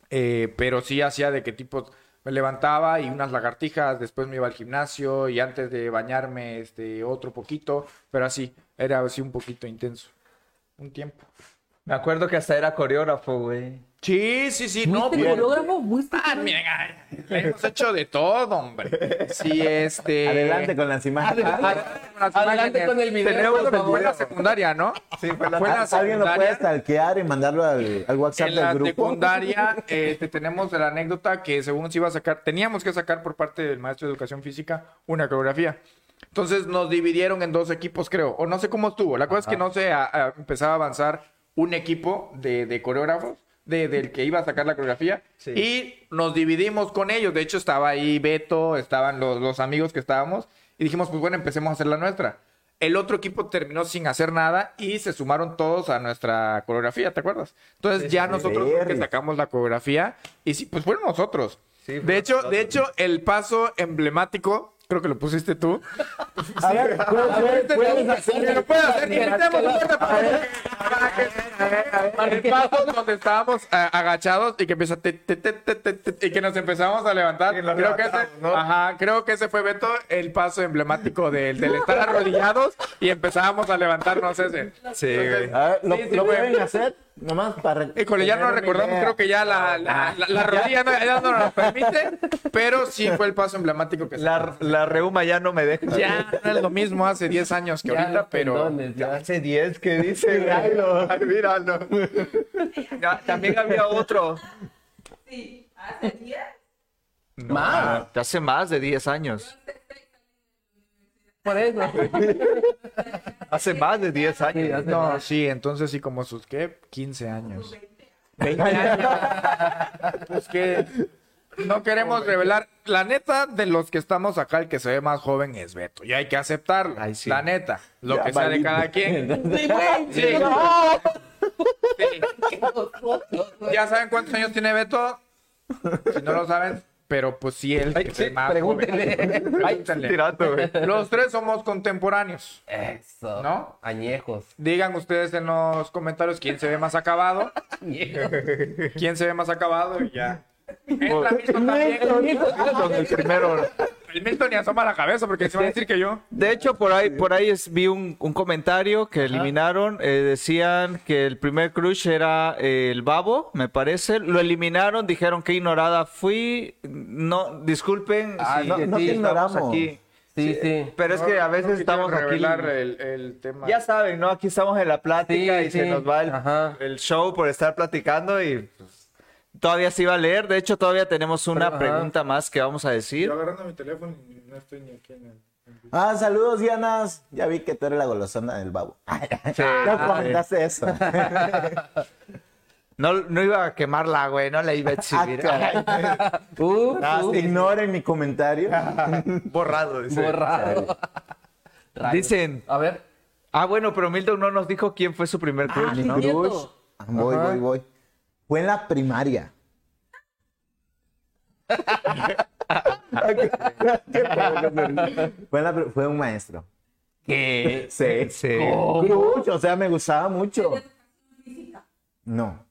eh, pero sí hacía de que tipo. Me levantaba y unas lagartijas, después me iba al gimnasio y antes de bañarme, este, otro poquito, pero así, era así un poquito intenso. Un tiempo.
Me acuerdo que hasta era coreógrafo, güey.
Sí, sí, sí, no,
¿Fuiste
pero-
coreógrafo? ¿Fuiste
Ah,
coreógrafo?
miren, ay, le hemos hecho de todo, hombre. Sí, este.
Eh, Adelante con las imágenes.
Adelante,
Adelante con el video,
Tenemos
por
que fue en la
favor.
secundaria, ¿no? Sí, fue en
Ah, Alguien lo puede stalkear y mandarlo al, al WhatsApp
en
del
la
grupo.
secundaria este, tenemos la anécdota que según se iba a sacar, teníamos que sacar por parte del maestro de educación física una coreografía. Entonces nos dividieron en dos equipos, creo, o no sé cómo estuvo. La cosa es que no se a- a- empezaba a avanzar un equipo de, de coreógrafos, de- del que iba a sacar la coreografía,
Sí.
y nos dividimos con ellos. De hecho, estaba ahí Beto, estaban los, los amigos que estábamos, y dijimos, pues bueno, empecemos a hacer la nuestra. El otro equipo terminó sin hacer nada y se sumaron todos a nuestra coreografía, ¿te acuerdas? Entonces ya nosotros fue que
Verga.
sacamos la coreografía y sí, pues fueron nosotros.
Sí, fueron
de hecho,
nosotros.
de hecho, el paso emblemático, creo que lo pusiste tú.
A ver, ¿puedo- puedo-
Este
puedes
no,
hacer-
que lo puede hacer.
Mira,
Invitemos un fuerte aplauso.
ver.
El paso donde estábamos ah, agachados y que empieza te, te, te, te, te, te, y que nos empezamos a levantar.
Y nos
Creo que, ese,
levantamos, ¿no?
ajá, creo que ese fue Beto el paso emblemático del, del estar arrodillados y empezábamos a levantarnos ese.
Sí,
Entonces,
A ver, ¿lo,
sí, sí,
lo
güey.
pueden hacer? Nomás para.
Híjole, ya
tener
no
una
recordamos,
idea.
creo que ya la,
Ah.
la, la- la rodilla no, ya no nos permite, pero sí fue el paso emblemático que
La, la reuma ya no me deja.
Ya no es lo mismo hace 10 años que
Ya
ahorita,
los
pero...
tendones, ya.
Hace 10 que dice, güey.
Ay, míralo.
Ya, También había otro.
Sí, hace 10.
Más.
Ah, Ya hace más de 10 años.
Por eso.
Hace más de 10 años.
Sí, hace-
No, sí, entonces sí, como sus, ¿qué? 15 años.
20 años.
Pues que no queremos revelar. La neta, de los que estamos acá, el que se ve más joven es Beto. Y hay que aceptarlo.
Ay, sí.
La neta, lo
Ya,
que sea de
valí-
cada quien.
Sí, güey.
Sí.
No.
Sí. Ya saben cuántos años tiene Beto. Si no lo saben, pero pues sí, él
Ay,
que
sí,
es más
pregúntenle.
joven. Pregúntenle.
Tirando, güey.
Los tres somos contemporáneos.
Eso.
¿No?
Añejos.
Digan ustedes en los comentarios quién se ve más acabado. ¿Quién se ve más acabado? Y ya. Entra Milton también.
Con el primero.
El Milton ni asoma la cabeza porque se va a decir que yo.
De hecho, por ahí, por ahí es- vi un, un comentario que eliminaron. eh, decían que el primer crush era eh, el babo, me parece. Lo eliminaron, dijeron que ignorada fui. No, disculpen.
Ah,
si-
no- no
si
te
estamos
ignoramos.
Sí, sí.
Pero es que a veces estamos aquí.
revelar eh, el, el tema.
Ya saben, ¿no? Aquí estamos en la plática
Sí,
y
sí.
se nos va
Ajá.
el, el show por estar platicando y pues, todavía se iba a leer. De hecho, todavía tenemos una
Ajá.
pregunta más que vamos a decir.
Yo agarrando mi teléfono y no estoy ni aquí en el...
Ah, saludos, Dianas. Ya vi que tú eres la golosona del babo. no comentaste eso.
No, no iba a quemarla, güey, no la iba a
Ah,
exhibir.
caray.
Uh,
Ah,
uh,
ignoren mi comentario.
Borrado, dice.
borrado. Rayos.
Dicen,
A ver.
ah, bueno, pero Milton no nos dijo quién fue su primer crush,
Ah, sí,
¿no?
cierto.
Ah, Voy,
Ajá.
voy, voy. Fue en la primaria. fue, en la pri- fue un maestro.
¿Qué?
Sí.
Sí.
Crush, o sea, me gustaba mucho.
Física.
No.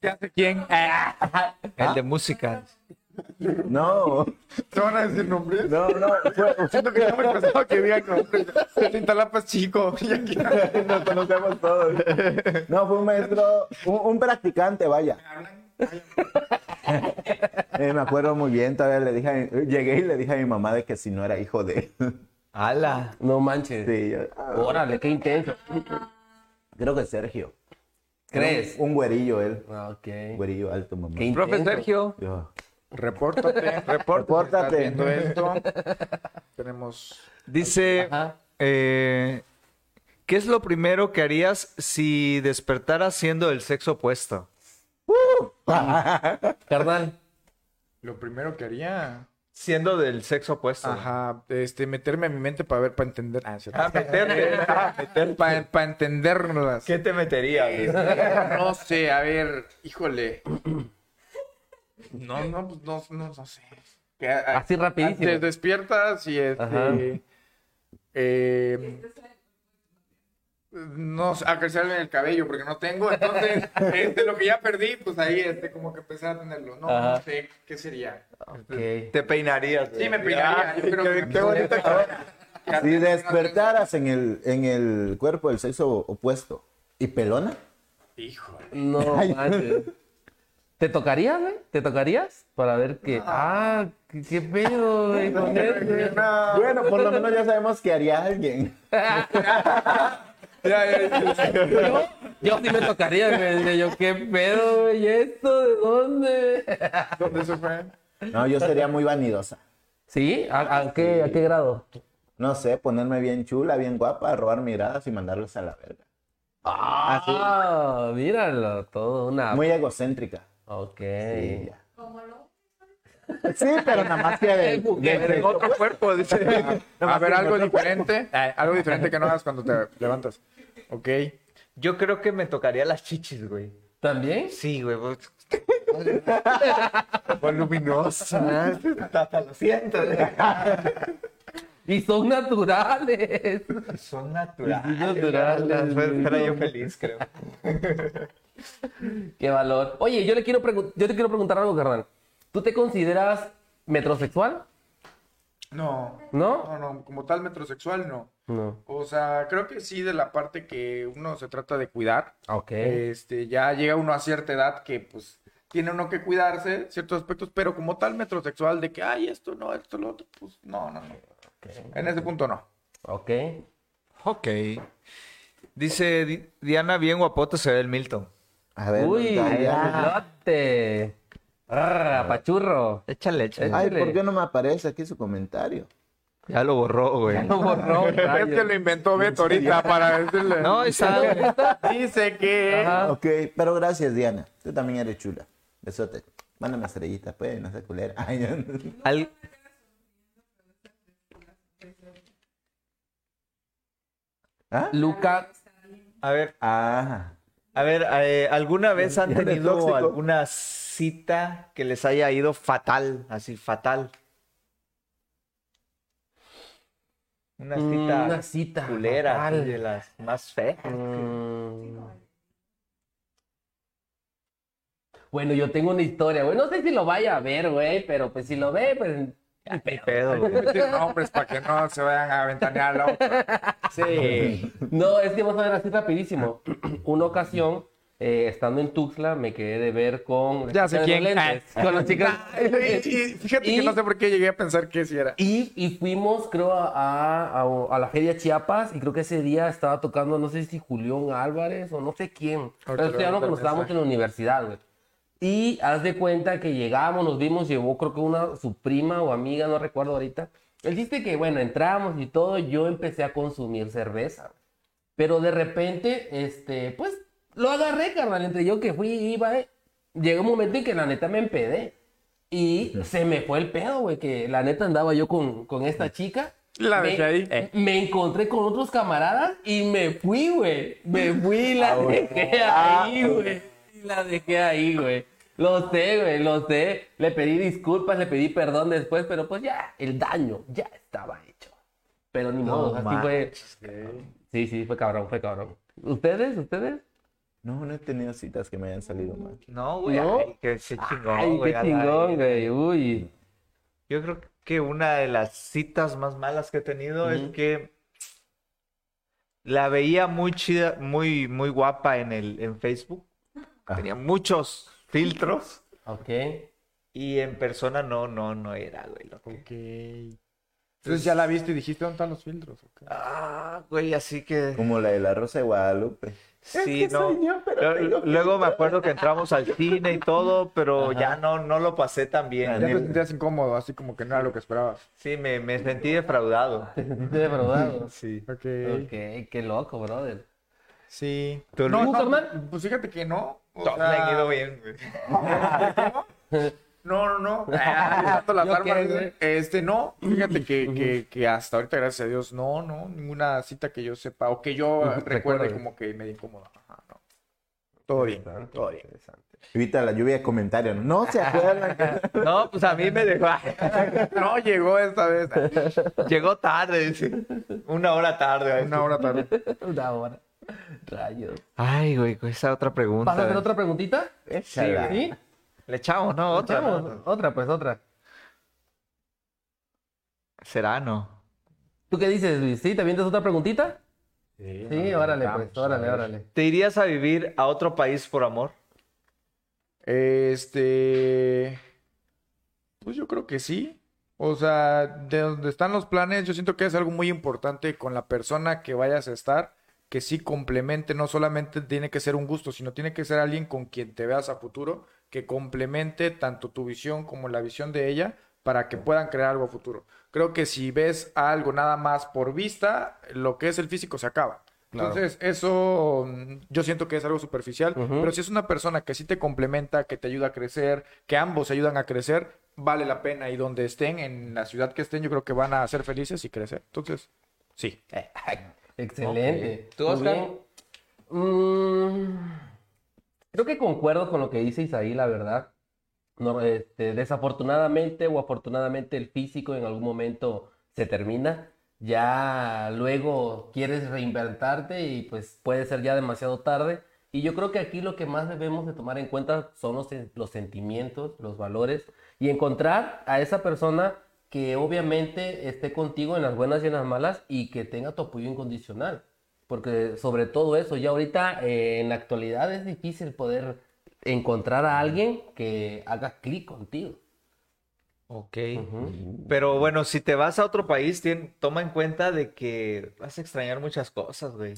Ya sé quién. Ah.
El de música.
No.
¿Te van a decir nombres?
No, no. Fue,
Siento que ya me pasado que digan nombres. Tintalapa es chico. Y aquí-
nos conocemos todos. No, fue un maestro, un, un practicante, vaya. Eh, me acuerdo muy bien, todavía le dije, a mi- llegué y le dije a mi mamá de que si no era hijo de él.
Ala.
No manches.
Sí, yo, ah,
Órale, qué intenso.
creo que Sergio.
¿Crees?
Un, un güerillo él.
Ah, Ok.
Un güerillo alto, mamá.
Qué
Profe
intenso.
Sergio,
Yo,
Repórtate. Estás
Repórtate.
viendo esto. Tenemos...
dice,
Ajá.
eh, ¿qué es lo primero que harías si despertaras siendo del sexo opuesto?
Carnal.
Lo primero que haría...
siendo del sexo opuesto. güey.
Ajá, este, meterme a mi mente para ver, para entender. Ah, es cierto.
Ah, meterte, ah, meterte.
Para entenderlas.
¿Qué te metería? güey?
No sé, a ver, híjole. No, no, pues, no, no, no sé. Que, a-
Así rapidísimo.
Te despiertas y
Ajá.
este. eh, no sé, acariciarme el cabello porque no tengo. Entonces, este, lo que ya perdí, pues ahí este, como que empecé a tenerlo. No,
Ajá.
no sé, ¿qué sería?
Ok.
Te peinarías. güey.
Sí, me peinaría,
Ah,
yo creo
qué,
que-
qué bonito. cabrón.
Ya
Si
tengo, no
despertaras en el, en el cuerpo del sexo opuesto y pelona,
tengo. Híjole.
No
Ay.
manches. ¿Te tocarías, güey? ¿Te tocarías? Para ver que. Ah, qué, qué pedo, güey, con él, güey.
bueno, por lo menos ya sabemos que haría alguien.
Ya, ya, ya.
Yo, yo sí me tocaría, güey. Diría Yo, qué pedo, güey. ¿Y esto de dónde?
¿Dónde se fue?
No, yo sería muy vanidosa.
¿Sí? ¿A, a qué, ¿A qué grado?
No sé, ponerme bien chula, bien guapa, robar miradas y mandarlas a la verga.
Ah, míralo, todo una.
Muy egocéntrica.
Ok.
Sí, ya.
Como lo.
Sí, pero nada más que
Eh,
de, de- de-
Otro cuerpo, dice.
A ver, algo diferente.
Ah.
Algo diferente que no hagas cuando te levantas. Ok.
Yo creo que me tocaría las chichis, güey.
¿También?
Sí, güey. pues. Voluminosa. Hasta lo siento. güey.
Y son naturales.
Son naturales.
Sí,
Fuera-
naturales, güey,
fuera
no.
yo feliz, creo.
Qué valor. Oye, yo le quiero pregun- yo te quiero preguntar algo, carnal. ¿Tú te consideras metrosexual?
No.
¿No?
No, no, como tal metrosexual no.
No.
O sea, creo que sí de la parte que uno se trata de cuidar.
Ok.
Este, ya llega uno a cierta edad que pues tiene uno que cuidarse ciertos aspectos, pero como tal metrosexual de que, ay, esto no, esto lo otro, pues no, no, no. En ese punto no.
Ok.
Ok. Dice Di- Diana, bien guapote se ve el Milton.
A ver,
Uy,
ya.
lote. Arra, pachurro.
Échale, échale.
Ay, ¿por qué no me aparece aquí su comentario?
Eh, Ya lo borró, güey.
No borró.
Es que
rayos.
lo inventó Beto ahorita para decirle.
No, está.
Dice que...
Ah.
Ajá.
Ok, pero gracias, Diana. Tú también eres chula. Besote. Mándame estrellitas, pues, no seas culera. Ay, no.
Al-
¿Ah?
Luca.
A ver,
Ah,
a ver, eh, ¿alguna vez han
Ya eres
tenido
tóxico.
alguna cita que les haya ido fatal? Así, fatal. Una cita,
mm, Una cita.
culera, así,
fatal.
de las más feas.
Mm. Bueno, yo tengo una historia, güey. No sé si lo vaya a ver, güey, pero pues si lo ve, pues. ya, pero-
Pedo, güey.
Meter nombres para que no se vayan a ventanear la otra.
Sí. No, es que vamos a ver así rapidísimo. Una ocasión, eh, estando en Tuxtla, me quedé de ver con...
Ya sé
con
quién. ah.
los lentes, Con las chicas.
Y- y Fíjate que
Y-
no sé por qué llegué a pensar que sí era.
Y, y fuimos, creo, a, a- a la Feria Chiapas y creo que ese día estaba tocando, no sé si Julián Álvarez o no sé quién. Pero
le
esto ya
voy
no
a mandar
cuando estábamos
mensaje.
en la universidad, güey. Y haz de cuenta que llegamos, nos vimos, llevó creo que una, su prima o amiga, no recuerdo ahorita. El chiste que, bueno, entramos y todo, yo empecé a consumir cerveza. güey. Pero de repente, este, pues, lo agarré, carnal, entre yo que fui, iba, eh. Llegó un momento en que la neta me empedé. Y se me fue el pedo, güey, que la neta andaba yo con, con esta chica.
La
me, eh,
dejé ahí.
Me encontré con otros camaradas y me fui, güey. Me fui y
Ah,
la dejé ahí, güey. Y La dejé ahí, güey. Lo sé, güey, lo sé. Le pedí disculpas, le pedí perdón después, pero pues ya, el daño ya estaba hecho. Pero ni modo, así fue. Sí, sí, fue cabrón, fue cabrón. ¿Ustedes? ¿Ustedes?
no, no he tenido citas que me hayan salido mal.
No, güey.
¿No?
ay, que se chingón,
Ay,
güey,
qué
a la
chingón,
verga.
güey. Uy.
Yo creo que una de las citas más malas que he tenido es que la veía muy chida, muy, muy guapa en el, en Facebook. Tenía muchos filtros
Ok.
y en persona no, no, no era, güey. lo que-
Ok. Entonces ya la viste y dijiste dónde están los filtros. ok?
Ah, güey, así que
Como la de la Rosa de Guadalupe.
sí, no. Lo- Luego me acuerdo que entramos al cine y todo, pero ya no, no lo pasé tan
Ya
bien.
Ya te sentías incómodo, así como que no era lo que esperabas.
Sí, me, me sentí defraudado.
De verdad. güey.
Sí.
Ok.
Ok, qué loco, brother.
Sí.
¿Tú,
No,
Luis?
no, pues fíjate que no. o
Todo me
sea,
ha ido bien, güey.
No, no, no. Ah, tanto las
¿Yo qué,
armas,
güey?
este, no. Fíjate que, que, que hasta ahorita, gracias a Dios, no, no. Ninguna cita que yo sepa o que yo
Ujú,
recuerde
recuerdo.
como que me incómoda. Ajá, no. Todo bien, todo bien.
Evita la lluvia de comentarios. No se acuerdan. que-
No, pues a mí me dejó.
No llegó esta vez.
Llegó tarde, dice. Una hora tarde.
Una hora tarde.
Una hora. Rayos.
Ay, güey, esa otra pregunta.
¿Vas a hacer otra preguntita?
Échala.
¿Sí?
Le echamos, ¿no? Otra.
Vamos,
¿no?
otra, pues otra.
Será, ¿no?
¿Tú qué dices, Luis? ¿Sí? ¿Te avientas otra preguntita? Sí, órale, pues, órale, órale.
¿Te irías a vivir a otro país por amor?
Este. Pues yo creo que sí. O sea, de donde están los planes, yo siento que es algo muy importante con la persona que vayas a estar, que sí complemente, no solamente tiene que ser un gusto, sino tiene que ser alguien con quien te veas a futuro, que complemente tanto tu visión como la visión de ella para que puedan crear algo a futuro. Creo que si ves algo nada más por vista, lo que es el físico se acaba. Entonces, eso mm, yo siento que es algo superficial, pero si es una persona que sí te complementa, que te ayuda a crecer, que ambos ayudan a crecer, vale la pena y donde estén, en la ciudad que estén, yo creo que van a ser felices y crecer. Entonces, sí.
Excelente.
Ok. ¿Tú,
Muy
Oscar?
bien. Mm, creo que concuerdo con lo que dice Isaí, la verdad. No, este, desafortunadamente o afortunadamente el físico en algún momento se termina. Ya luego quieres reinventarte y pues puede ser ya demasiado tarde. Y yo creo que aquí lo que más debemos de tomar en cuenta son los, sen- los sentimientos, los valores y encontrar a esa persona que obviamente esté contigo en las buenas y en las malas y que tenga tu apoyo incondicional. Porque sobre todo eso, ya ahorita eh, en la actualidad es difícil poder encontrar a alguien que haga clic contigo.
Ok. Pero bueno, si te vas a otro país, tien- toma en cuenta de que vas a extrañar muchas cosas, güey.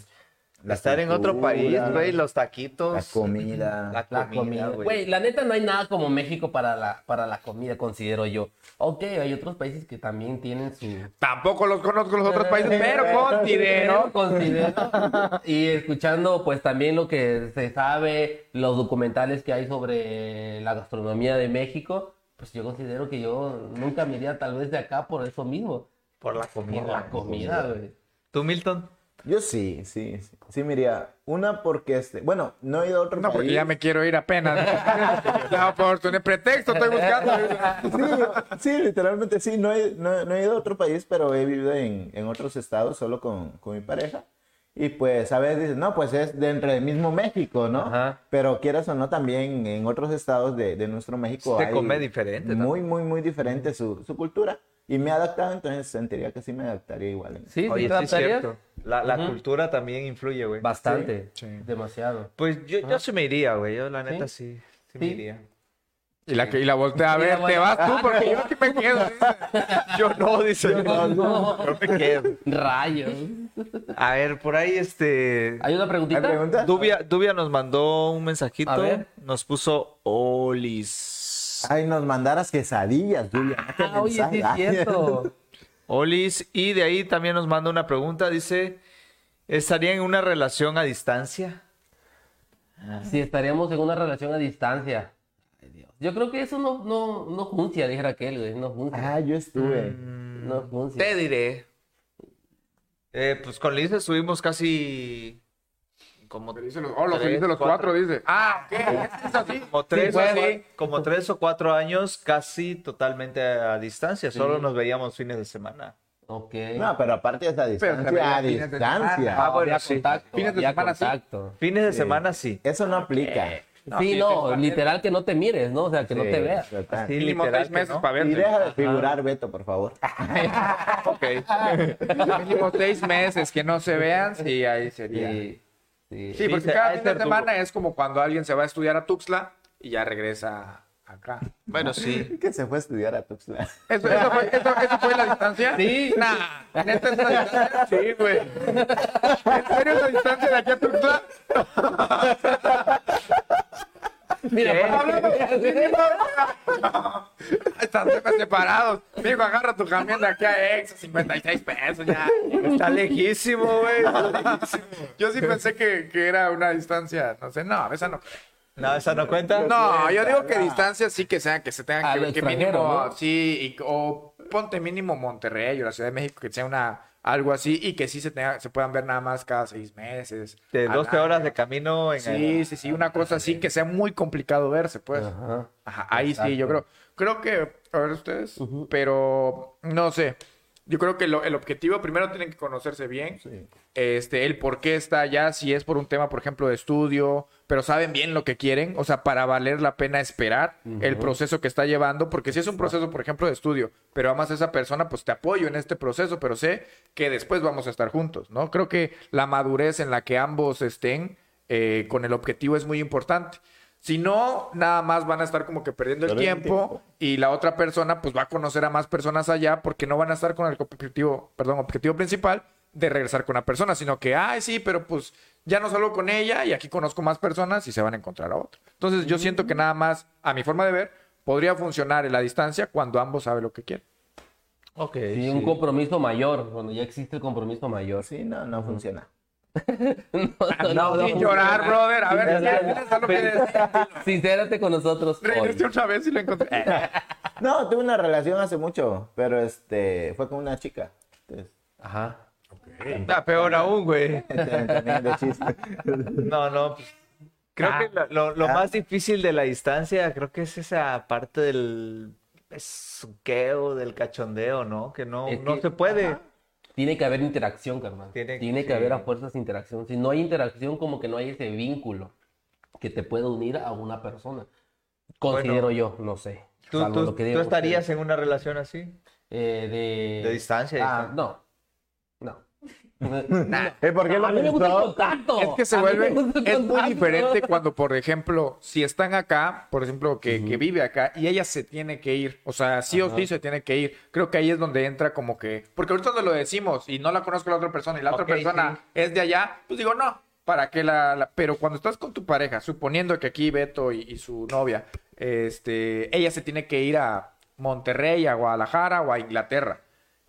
La
Estar en otro
cultura,
país, güey, los taquitos.
La comida.
La
La
comida,
Güey,
güey.
la neta no hay nada como México para la, para la comida, considero yo. Ok, hay otros países que también tienen su...
Tampoco los conozco los otros países, pero considero.
Pero considero. Y escuchando pues también lo que se sabe, los documentales que hay sobre la gastronomía de México, pues yo considero que yo nunca me iría tal vez de acá por eso mismo.
Por la comida.
Por la comida, güey.
¿Tú, Milton?
Yo sí, sí, sí. Sí, mira, una porque este, bueno, no he ido a otro
No, porque
país.
ya me quiero ir apenas. La oportunidad, pretexto estoy buscando.
Sí, literalmente sí, no he, no, no he ido a otro país, pero he vivido en, en otros estados solo con, con mi pareja. Y pues a veces dices, no, pues es dentro del mismo México, ¿no?
Ajá.
Pero quieras o no, también en otros estados de, de nuestro México
Se
hay
come diferente, ¿no?
Muy, muy, muy diferente su, su cultura. Y me he adaptado, entonces sentiría que sí me adaptaría igual. en-
Sí,
Oye,
sí,
sí es
adaptarías?
cierto. La, la
Ujú.
cultura también influye, güey.
Bastante,
Sí, sí.
demasiado.
Pues yo, yo sí me iría, güey. Yo la neta sí, sí, me
Sí.
iría.
Y la, que- y la voltea a
Y la
ver, te
voltea-
vas tú porque yo aquí me quedo.
Yo no, dice.
No,
No me quedo.
Rayos.
A ver, por ahí este.
¿Hay una preguntita?
¿Hay pregunta?
Dubia, Dubia nos mandó un mensajito.
A ver.
Nos puso Olis.
Ay, nos mandaras quesadillas, Julia. qué
Ah, oye, sí es
mensaje.
cierto.
Olis. Y de ahí también nos manda una pregunta. Dice: ¿Estaría en una relación a distancia?
si estaríamos en una relación a distancia. Ay, Dios. Yo creo que eso no, no, no funcia, dijera aquel, güey. No funcia.
Ah, yo estuve.
no funcia.
Te diré. Eh, pues con Liz estuvimos casi. Como
Dice los- Oh, los
tres,
felices de los cuatro, dice. Ah, ¿qué? Es así.
Como tres,
pues,
o cua-
sí.
como tres o cuatro años casi totalmente a distancia. Solo nos veíamos fines de semana.
Ok.
No, pero aparte es a distancia.
veía
A
fines de
distancia.
Ah, bueno,
había
sí.
contacto.
Fines de
había
semana, sí.
contacto.
Fines de semana sí.
Eso no aplica.
Sí, no, literal que no te mires, ¿no? O sea, que no
Sí,
te veas.
total.
Sí,
Mínimo
literal
seis
que
meses
no.
para
Y
verte.
deja de figurar, Beto, por favor.
Ok.
Mínimo seis meses que no se vean, sí, ahí sería. Sí,
Sí, sí.
porque
Sí,
cada
ha de
fin de
ser duro.
semana es como cuando alguien se va a estudiar a Tuxtla y ya regresa acá.
Bueno, sí.
Que se fue a estudiar a Tuxtla.
¿Eso, eso, fue, eso, eso fue la distancia? Sí. Nah, ¿neta es la distancia? Sí, güey. ¿En serio es la distancia de aquí a Tuxtla?
Mira,
Están separados. Mijo, agarra tu camión de aquí a Exa, 56 pesos ya.
Está lejísimo, güey.
Yo sí pensé que, que era una distancia, no sé, no, esa no. creo.
No, esa no cuenta.
No, yo digo que distancias sí que sean, que se tengan
Al
que ver, que
extranjero,
mínimo,
¿no?
sí, y- o ponte mínimo Monterrey o la Ciudad de México, que sea una algo así y que sí se tenga, se puedan ver nada más cada seis meses.
De
al
12
año.
horas de camino en
Ah, Sí, sí, sí, una cosa así que sea muy complicado verse, pues.
Ajá.
Ajá, ahí sí, yo creo. Creo que, a ver ustedes, pero no sé. Yo creo que lo- el objetivo primero tienen que conocerse bien. Este, el por qué está allá, si es por un tema, por ejemplo, de estudio, pero saben bien lo que quieren, o sea, para valer la pena esperar el proceso que está llevando, porque si es un proceso, por ejemplo, de estudio, pero amas a esa persona, pues te apoyo en este proceso, pero sé que después vamos a estar juntos, ¿no? Creo que la madurez en la que ambos estén eh, con el objetivo es muy importante. Si no, nada más van a estar como que perdiendo el
Perdiendo el
tiempo y la otra persona pues va a conocer a más personas allá porque no van a estar con el objetivo, perdón, objetivo principal de regresar con una persona, sino que, ay, sí, pero pues ya no salgo con ella y aquí conozco más personas y se van a encontrar a otra. Entonces yo siento que nada más, a mi forma de ver, podría funcionar en la distancia cuando ambos saben lo que quieren.
Ok.
Sí, un compromiso mayor, cuando ya existe el compromiso mayor.
Pues Sí, no, no funciona.
Ah, No,
Sin llorar, brother. A ver,
Sin
¿tienes algo que decir?
Sincérate con nosotros. hoy.
Regresé otra vez y lo encontré. Eh,
No, tuve una relación hace mucho, pero este fue con una chica. Entonces,
Ajá.
Está peor aún, güey.
también de chiste.
No, no. pues, creo que lo, lo- lo
Ah.
más difícil de la distancia, creo que es esa parte del suqueo, del cachondeo, ¿no? Que no,
Es
no
que-
se puede.
Tiene que haber interacción, carnal.
Tiene-
Tiene,
sí.
que haber a fuerzas interacción. Si no hay interacción, como que no hay ese vínculo que te puede unir a una persona. Considero yo, no sé.
¿Tú,
Salvo
tú-
lo que
tú
digan
estarías
ustedes.
en una relación así?
Eh, de...
De distancia,
Ah,
distancia.
no. No.
¿Eh, ¿Por qué
No,
lo
a mí me gusta el
pensó?
contacto.
Es que se
A mí
vuelve,
me gusta el
es muy
contacto.
diferente cuando, por ejemplo, si están acá, por ejemplo, que, que vive acá y ella se tiene que ir, o sea, sí o sí se tiene que ir. Creo que ahí es donde entra como que, porque ahorita no lo decimos y no la conozco la otra persona y la
Ok,
otra persona
sí.
es de allá, pues digo, no, ¿para qué la, la- Pero cuando estás con tu pareja, suponiendo que aquí Beto y, y su novia, este, ella se tiene que ir a Monterrey, a Guadalajara o a Inglaterra,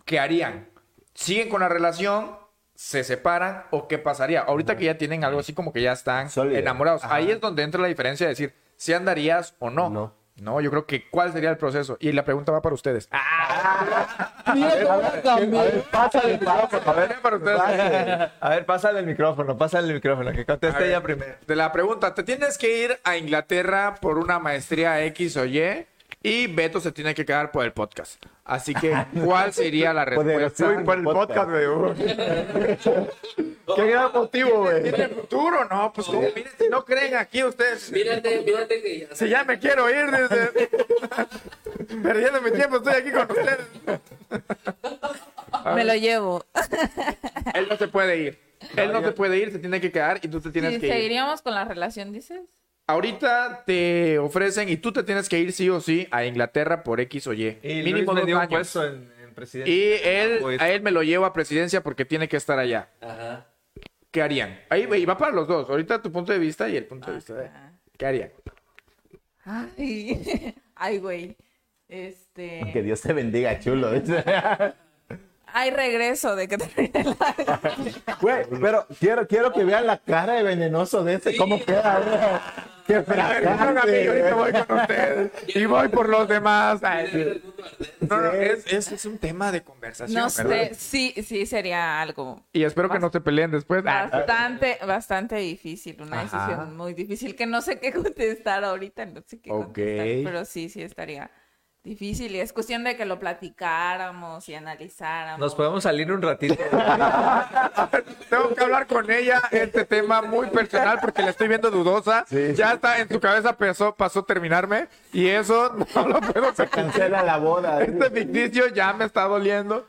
¿qué harían? ¿Siguen con la relación? ¿Se separan o qué pasaría? Ahorita que ya tienen algo así como que ya están
Sólida.
enamorados. Ahí es donde entra la diferencia de decir si andarías o no. No. yo creo que cuál sería el proceso. Y la pregunta va para ustedes. Ah,
Mira cómo la cambié.
Pásale, pásale, a ver.
para ustedes.
A ver, pásale el micrófono, pásale el micrófono, que
A
conteste
ver,
ella primero.
De la pregunta, ¿te tienes que ir a Inglaterra por una maestría X o Y? Y Beto se tiene que quedar por el podcast. Así que, ¿cuál sería la
Por el-
respuesta?
Uy, por el podcast,
güey.
Qué gran motivo, güey.
¿Tiene futuro? No, pues como, miren, si no creen aquí ustedes.
Mírate, mírate que ya.
Si ya me quiero ir, dice. Perdiendo mi tiempo, estoy aquí con ustedes. Ah,
Me lo llevo.
Él no se puede ir. Él no se puede ir, se tiene que quedar y tú te tienes
Sí,
que ir.
seguiríamos con la relación, dices.
Ahorita te ofrecen y tú te tienes que ir sí o sí a Inglaterra por X o Y.
Y
Mínimo
Luis me
dos
dio un
años.
puesto en, en presidente.
Y él,
Pues-
a él me lo llevo a presidencia porque tiene que estar allá.
Ajá.
¿Qué harían? Ahí güey, va para los dos. Ahorita tu punto de vista y el
Ah,
punto de vista de él. ¿Qué harían?
Ay, ay, güey. Este.
Que Dios te bendiga, chulo. dice.
Ay, regreso de que termine la.
Güey, pero quiero, quiero que vean la cara de venenoso de ese, cómo queda. güey. Qué
A ver, vengan a mí, ahorita
fracante.
voy con ustedes. Y voy por los demás. Ay, sí.
El mundo ardiente.
No, no, es, es, es un tema de conversación.
No
¿verdad?
sé, sí, sí sería algo
Y espero que no te peleen después. Ah,
bastante, bastante difícil, una
Ajá.
decisión muy difícil que no sé qué contestar ahorita, no sé qué
Ok.
contestar, pero sí, sí estaría difícil y es cuestión de que lo platicáramos y analizáramos.
Nos podemos salir un ratito.
Tengo que hablar con ella este tema muy personal porque la estoy viendo dudosa.
Sí.
Ya está en su cabeza pasó, pasó terminarme y eso no lo puedo sacar.
Cancela la boda.
Este ficticio ya me está doliendo.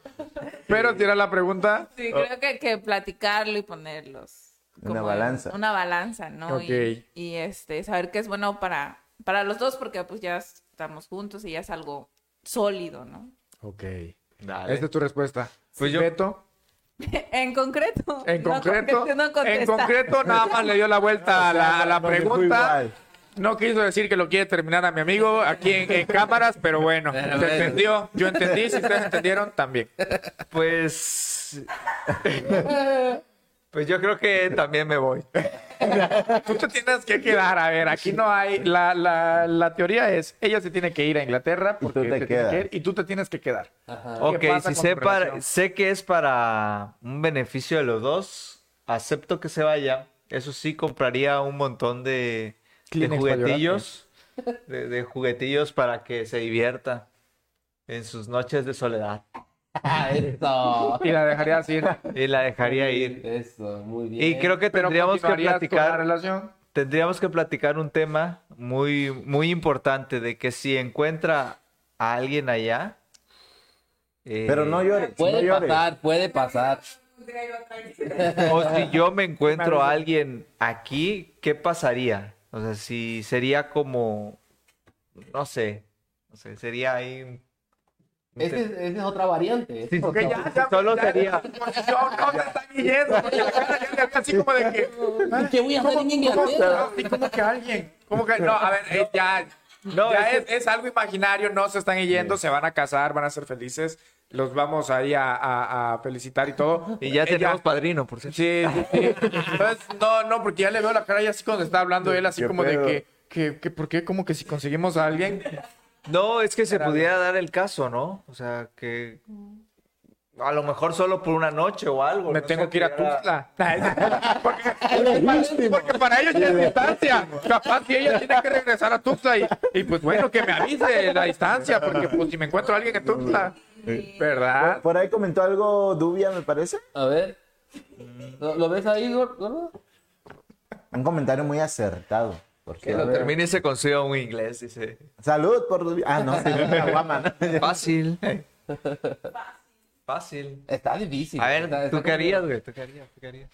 Pero si era la pregunta.
Sí, creo que, que platicarlo y ponerlos.
Una balanza.
Una balanza, ¿no? Y-
Ok.
Y, este, saber que es bueno para, para los dos, porque pues ya estamos juntos y ya es algo sólido, ¿no?
Ok.
Dale.
Esta es tu respuesta.
Pues yo-
Beto,
En concreto.
en
no
concreto,
contesté, no
en
contesta.
concreto nada más le dio la vuelta a la, a la
No, me fui
pregunta.
igual.
No quiso decir que lo quiere terminar a mi amigo aquí en, en cámaras, pero bueno, se
Pero bueno.
entendió. Yo entendí, si ustedes entendieron, también.
Pues. Pues yo creo que también me voy.
Tú te tienes que quedar. A ver, aquí no hay. La, la, la teoría es: ella se tiene que ir a Inglaterra porque
te
te tiene
quedas.
que ir, y tú te tienes que quedar.
Ajá.
Ok,
pasa
si
con
sé,
tu
para-
relación?
sé que es para un beneficio de los dos, acepto que se vaya. Eso sí, compraría un montón de, de
Kleenex para
juguetillos. De, de juguetillos para que se divierta en sus noches de soledad.
Ah, Eso.
Y la dejarías ir.
Y la dejaría ir.
Eso, muy bien.
Y creo que
Pero
tendríamos que
continuarías con la
platicar.
relación.
Tendríamos que platicar un tema muy, muy importante de que si encuentra a alguien allá. eh,
Pero no llores. no
Puede
llores.
pasar, puede pasar.
O si yo me encuentro a alguien aquí, ¿qué pasaría? O sea, si sería como. No sé. No sé, sería ahí. un-
Esa es, esa es otra variante.
Sí,
Porque ya, ya,
Solo
ya,
sería.
Yo no me está guillendo, porque la cara ya le había así como de que. "Pues,
¿Y qué voy a hacer en Inglaterra?
¿Cómo, ¿Cómo que alguien? ¿Cómo que? No, a ver, eh, ya.
No,
ya
es
es, es algo imaginario, no se están yendo, se van a casar, van a ser felices, los vamos ahí a, a- a felicitar y todo.
Y ya
Ella-
tenemos padrino, por
Sí,
cierto.
sí, sí. Entonces, no, no, porque ya le veo la cara ya así cuando está hablando él, así
¿Qué
como
pedo?
de que, que, que, ¿por qué? Como que si conseguimos a alguien,
No, es que se pudiera dar el caso, ¿no? O sea, que. A lo mejor solo por una noche o algo.
me
no
tengo
sé,
que ir a
pudiera-
Tuzla. Porque, porque para ellos ya es distancia. Capaz si ella tiene que regresar a Tuzla y, y pues bueno, que me avise la distancia, porque pues si me encuentro a alguien en Tuzla, ¿verdad?
Por ahí comentó algo Dubia, me parece.
A ver. ¿Lo, lo ves ahí, gor- gordo?
Un comentario muy acertado. Porque, a
Cuando
ver,
termine se consiga un inglés, dice.
Salud por Dubia. Ah, no, sí, una guama, ¿no?
Fácil. Fácil.
Está difícil.
A
Está-
ver,
está
¿tú qué
complicado.
harías, güey? ¿Tú qué harías? ¿Tú qué harías?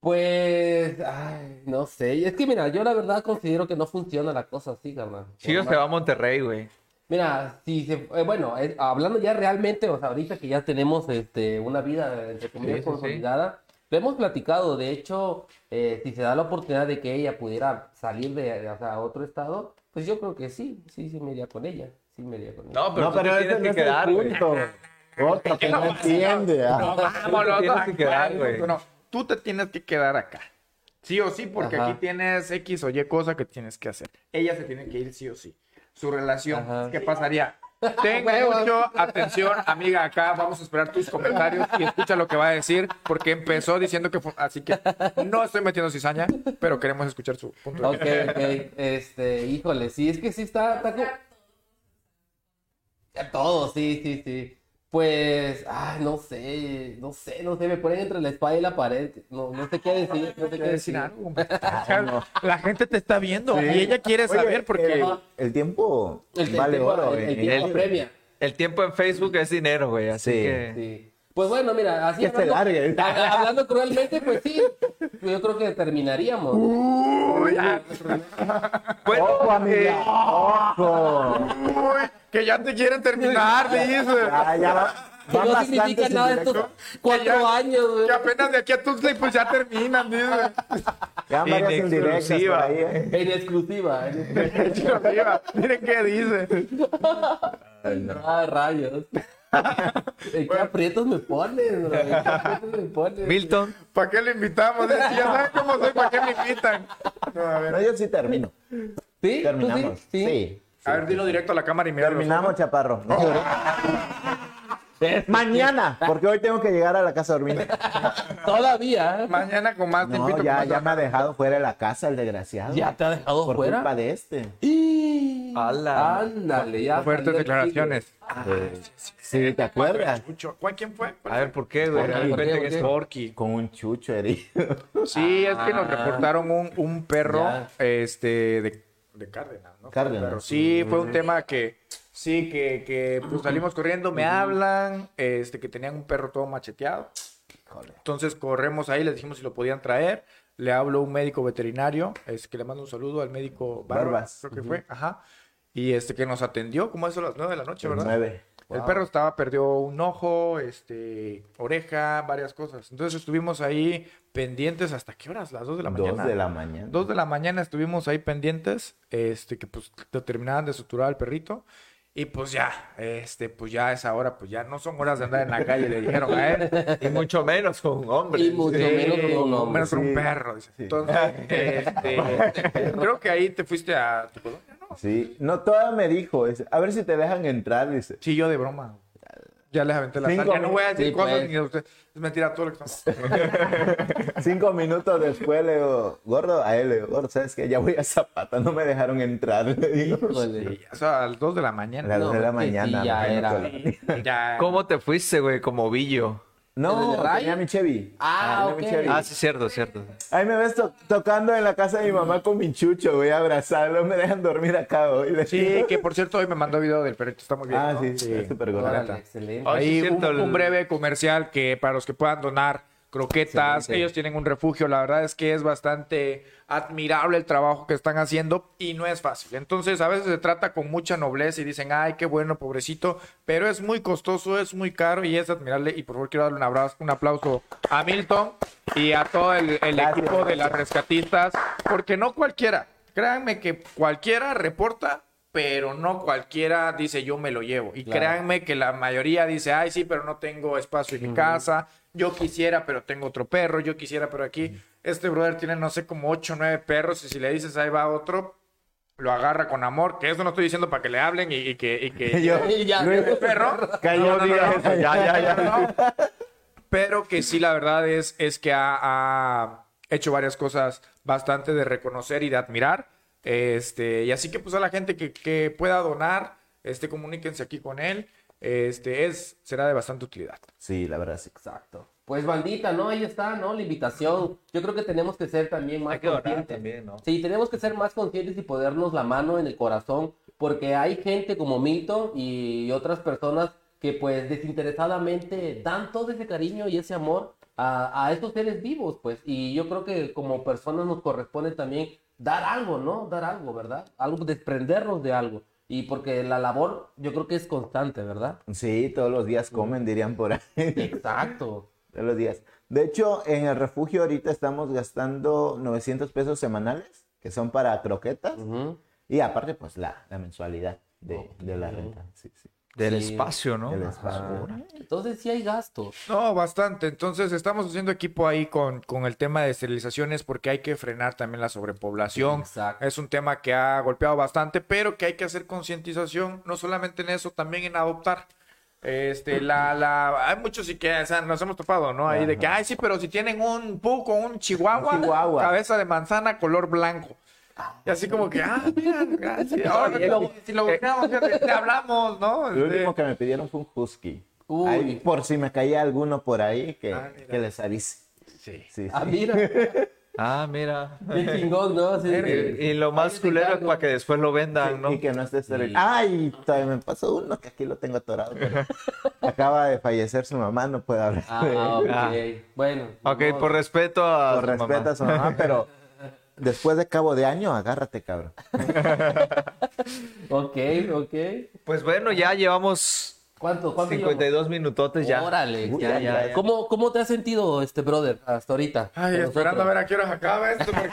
Pues, ay, no sé. Y Es que mira, yo la verdad considero que no funciona la cosa así, carnal.
Chicos, se va a Monterrey, güey.
Mira, si se, eh, bueno, eh, hablando ya realmente, o sea, ahorita que ya tenemos este, una vida, entre comillas,
Sí, sí, sí.
consolidada, lo hemos platicado, de hecho, eh, si se da la oportunidad de que ella pudiera salir de, de- o sea, a otro estado, pues yo creo que sí, sí, sí me iría con ella, sí me iría con ella.
No, pero
no,
tú te
pero ese
tienes
no
que
es el
quedar, güey.
punto. Otro que no entiende. ah.
Tú
Vamos,
te
los
tienes
dos
que quedar, güey.
No, tú te tienes que quedar acá. Sí o sí, porque
Ajá.
aquí tienes X o Y cosa que tienes que hacer. Ella se tiene que ir sí o sí. Su relación,
Ajá.
¿qué pasaría? Ten mucho atención, amiga, acá vamos a esperar tus comentarios y escucha lo que va a decir, porque empezó diciendo que fue... Así que no estoy metiendo cizaña, pero queremos escuchar su punto de
Ok,
vista.
ok, este, híjole, sí, es que sí está, está como- A Todo, sí, sí, sí. Pues, ay, no sé, no sé, no sé, me ponen entre la espada y la pared. No, no sé qué decir, no sé qué
¿Quieres decir
decir.
algo? La gente te está viendo
Sí.
y ella quiere
Oye,
saber porque...
el, el tiempo
El, el
vale
tiempo,
oro. eh.
el- el
en- en
tiempo
el-
premia.
El tiempo en Facebook es dinero, güey. Así
Sí.
que.
Sí. Pues bueno, mira, así
Que se largue.
ha- ha- hablando cruelmente, pues sí, yo creo que terminaríamos.
Uh,
Bueno,
Ojo,
eh,
amiga. Ojo.
Uy, que ya te quieren terminar, dice.
Ya, ya va.
Que
van
no
bastantes
significa nada estos
indirectas.
cuatro
ya-
años, güey.
Que apenas de aquí a Tuxtla y pues ya terminan, dice.
Ya van varias
En
indirectas por
exclusiva.
ahí, ¿eh?
En exclusiva. en exclusiva.
Chico, arriba, Miren qué dice.
Ah, rayos. ¿En qué aprietos me pones, bro? ¿En qué aprietos me pones?
eh, Milton,
¿Para qué le invitamos? Dice, ya saben cómo soy, ¿para qué me invitan? No, a ver.
No, yo sí termino.
¿Sí?
Terminamos.
¿Tú sí?
Sí.
A ver, dilo directo a la cámara y mira.
Terminamos, chaparro. Mañana, porque hoy tengo que llegar a la casa a dormir.
Todavía.
Mañana con más te
No,
invito.
ya,
con más-
ya me ha dejado fuera de la casa el desgraciado.
¿Ya te ha dejado
por
fuera?
culpa de este.
Y...
Ala.
Ándale, ya.
Fuertes
salió el
declaraciones.
Ah,
Sí, ¿te acuerdas?
Chucho, ¿cuál- ¿Quién fue? Ah.
a ver por qué, güey.
¿Por
A ver,
qué, por qué,
cuenten
por
eso.
qué?
Porky. Con un chucho herido.
Sí, es que nos reportaron un, un perro
Ya.
este, de, de Cárdenas, ¿no?
Cárdenas.
Perro. Sí, fue un tema que, sí, que, que pues, salimos corriendo, me hablan, este, que tenían un perro todo macheteado. Entonces corremos ahí, les dijimos si lo podían traer. Le habló un médico veterinario, es que le mando un saludo al médico
Barbas.
Barbas, creo que fue, ajá. Y este que nos atendió, como eso a las 9 de la noche, ¿verdad?
Nueve.
El perro estaba, perdió un ojo, este, oreja, varias cosas. Entonces estuvimos ahí pendientes hasta qué horas, las 2 de la mañana.
Dos de la mañana.
Dos de la mañana estuvimos ahí pendientes, este, que pues te terminaban de suturar al perrito. Y pues ya, este, pues ya a esa hora, pues ya no son horas de andar en la calle, le dijeron a él.
Y mucho menos con un hombre.
Y mucho menos con un hombre.
menos con
sí.
un perro. dice.
Sí.
Entonces, este, creo que ahí te fuiste a tu colonia, ¿no?
Sí, no, todavía me dijo, dice, a ver si te dejan entrar, dice.
Sí, yo de broma. Ya les aventé la
Cinco
sal. Ya no voy a decir
Sí,
cosas
pues.
ni a usted. Es mentira todo lo que estamos.
Cinco minutos después le digo, gordo, a él le digo, gordo, ¿sabes qué? Ya voy a Zapata, no me dejaron entrar, le digo.
Híjole.
O sea, a las 2 de la
A
mañana.
las dos de la
No, es que sí,
mañana.
ya
me
era.
acuerdo.
Ya.
¿Cómo te fuiste, güey? Como billo.
No,
¿El de Ray?
tenía mi Chevy.
Ah,
tenía mi
ok.
Chevy.
Ah, sí, cierto, cierto.
Ahí me ves to- tocando en la casa de mi mamá con mi chucho, güey, abrazarlo, me dejan dormir acá hoy. le
Sí,
digo.
que por cierto hoy me mandó video del perrito, está muy bien.
Ah,
¿no?
sí, sí, es súper gordo.
Órale, excelente.
Ay, sí,
Ahí
es
un,
cierto, el-
un breve comercial que para los que puedan donar croquetas,
Excelente.
ellos tienen un refugio, la verdad es que es bastante admirable el trabajo que están haciendo y no es fácil. Entonces a veces se trata con mucha nobleza y dicen, ay, qué bueno, pobrecito, pero es muy costoso, es muy caro y es admirable y por favor quiero darle un abrazo, un aplauso a Milton y a todo el, el
Gracias.
equipo de las rescatistas, porque no cualquiera, créanme que cualquiera reporta. Pero no cualquiera dice yo me lo llevo. Y
Claro.
créanme créanme que la mayoría dice, ay, sí, pero no tengo espacio en mi casa, yo quisiera, pero tengo otro perro, yo quisiera, pero aquí, este brother tiene, no sé, como ocho o 9 perros, y si le dices, ahí va otro, lo agarra con amor, que eso no estoy diciendo para que le hablen y, y que... Y que
Yo,
Y ya,
Luis,
ya.
perro.
cayó
No, no, no,
bien.
no.
eso, ya, ya, ya.
Pero que sí, la verdad es, es que ha, ha hecho varias cosas bastante de reconocer y de admirar. Este, y así que pues a la gente que, que pueda donar, este, comuníquense aquí con él. Este, es, será de bastante utilidad.
Sí, la verdad, sí.
Exacto. Pues bandita, ¿no? Ahí está, ¿no? La invitación. Yo creo que tenemos que ser también más
Hay que donar
conscientes.
también, ¿no?
Sí, tenemos que ser más conscientes y podernos la mano en el corazón, porque hay gente como Milton y otras personas que pues desinteresadamente dan todo ese cariño y ese amor a, a estos seres vivos, pues. Y yo creo que como personas nos corresponde también dar algo, ¿no? Dar algo, ¿verdad? Algo, desprendernos de algo. Y porque la labor yo creo que es constante, ¿verdad?
Sí, todos los días comen, dirían por ahí.
Exacto.
Todos los días. De hecho, en el refugio ahorita estamos gastando 900 pesos semanales, que son para croquetas.
Ujú.
Y aparte, pues la, la mensualidad de, de la renta. Sí, sí.
Del
Sí.
espacio, ¿no?
El espacio.
Entonces sí hay gastos.
No, bastante. Entonces estamos haciendo equipo ahí con, con el tema de esterilizaciones porque hay que frenar también la sobrepoblación.
Exacto.
Es un tema que ha golpeado bastante, pero que hay que hacer concientización, no solamente en eso, también en adoptar. Este, la, la, hay muchos sí que, o sea, nos hemos topado, ¿no? Ahí de que, ay, sí, pero si tienen un puco, un chihuahua,
Un chihuahua.
cabeza de manzana, color blanco. Y así como que, ah, mira, gracias. Ahora,
Oye,
si lo buscamos, te, te hablamos, ¿no?
eh. Lo último
Este,
que me pidieron fue un husky.
Uy.
Ahí, por si me caía alguno por ahí, que,
Ah, mira.
que les avise.
sí.
Sí,
Ah,
sí.
mira.
Ah, mira.
Qué chingón, ¿no? Sí, sí.
Y, y lo más
Ahí te
culero es
encargo.
para que después lo vendan, ¿no?
Y que no esté esterilizado. Ay, todavía me pasó uno que aquí lo tengo atorado. pero acaba de fallecer su mamá, no puedo hablar. de él.
Ah, ok.
Ah.
Bueno.
Ok,
no.
por respeto a.
Por
tu mamá.
respeto a su mamá, pero después de cabo de año, agárrate, cabrón.
Ok, ok.
Pues bueno, ya llevamos
¿Cuánto? ¿Cuánto?
52 minutotes
llevamos?
ya.
Órale.
Uy,
ya,
ya,
ya,
ya.
¿Cómo, ¿Cómo te has sentido, este brother, hasta ahorita?
Este, Ay,
Con
esperando a ver
nosotros.
a qué horas acaba esto. porque-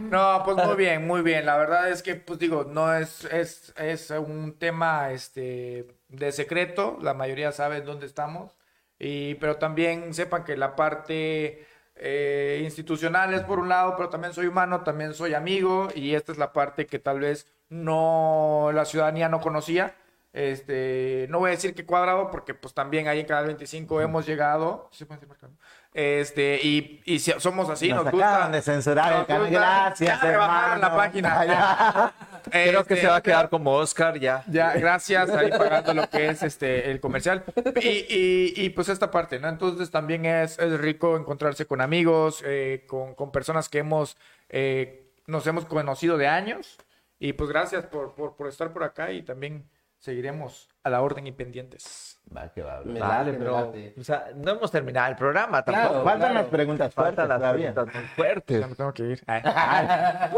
no, pues muy bien, muy bien. La verdad es que, pues digo, no es, es, es un tema este, de secreto. La mayoría sabe dónde estamos. Y, pero también sepan que la parte eh, institucional es por un lado, pero también soy humano, también soy amigo. Y esta es la parte que tal vez no la ciudadanía no conocía. Este, no voy a decir que cuadrado, porque pues también ahí en Canal 25 hemos llegado. ¿Sí se puede decir marca, no? Este, y, y si- somos así, nos,
Nos
gusta.
acaban de censurar
Nos
el canal.
gusta.
Gracias,
Ya me bajaron
hermano.
la página.
Creo que
Este,
se va a quedar como Oscar ya.
ya, gracias, ahí pagando lo que es este el comercial. Y, y- y, pues esta parte, ¿no? Entonces también es, es rico encontrarse con amigos, eh, con, con personas que hemos, eh, nos hemos conocido de años. Y pues gracias por, por, por estar por acá y también seguiremos a la orden y pendientes.
Va, que va, bro.
Me
Vale,
late, me
pero.
late.
O sea, no hemos terminado el programa
Claro.
tampoco.
Faltan
claro.
las preguntas
Faltan
fuertes
las
todavía.
preguntas muy fuertes.
Ya me tengo que ir. Ah.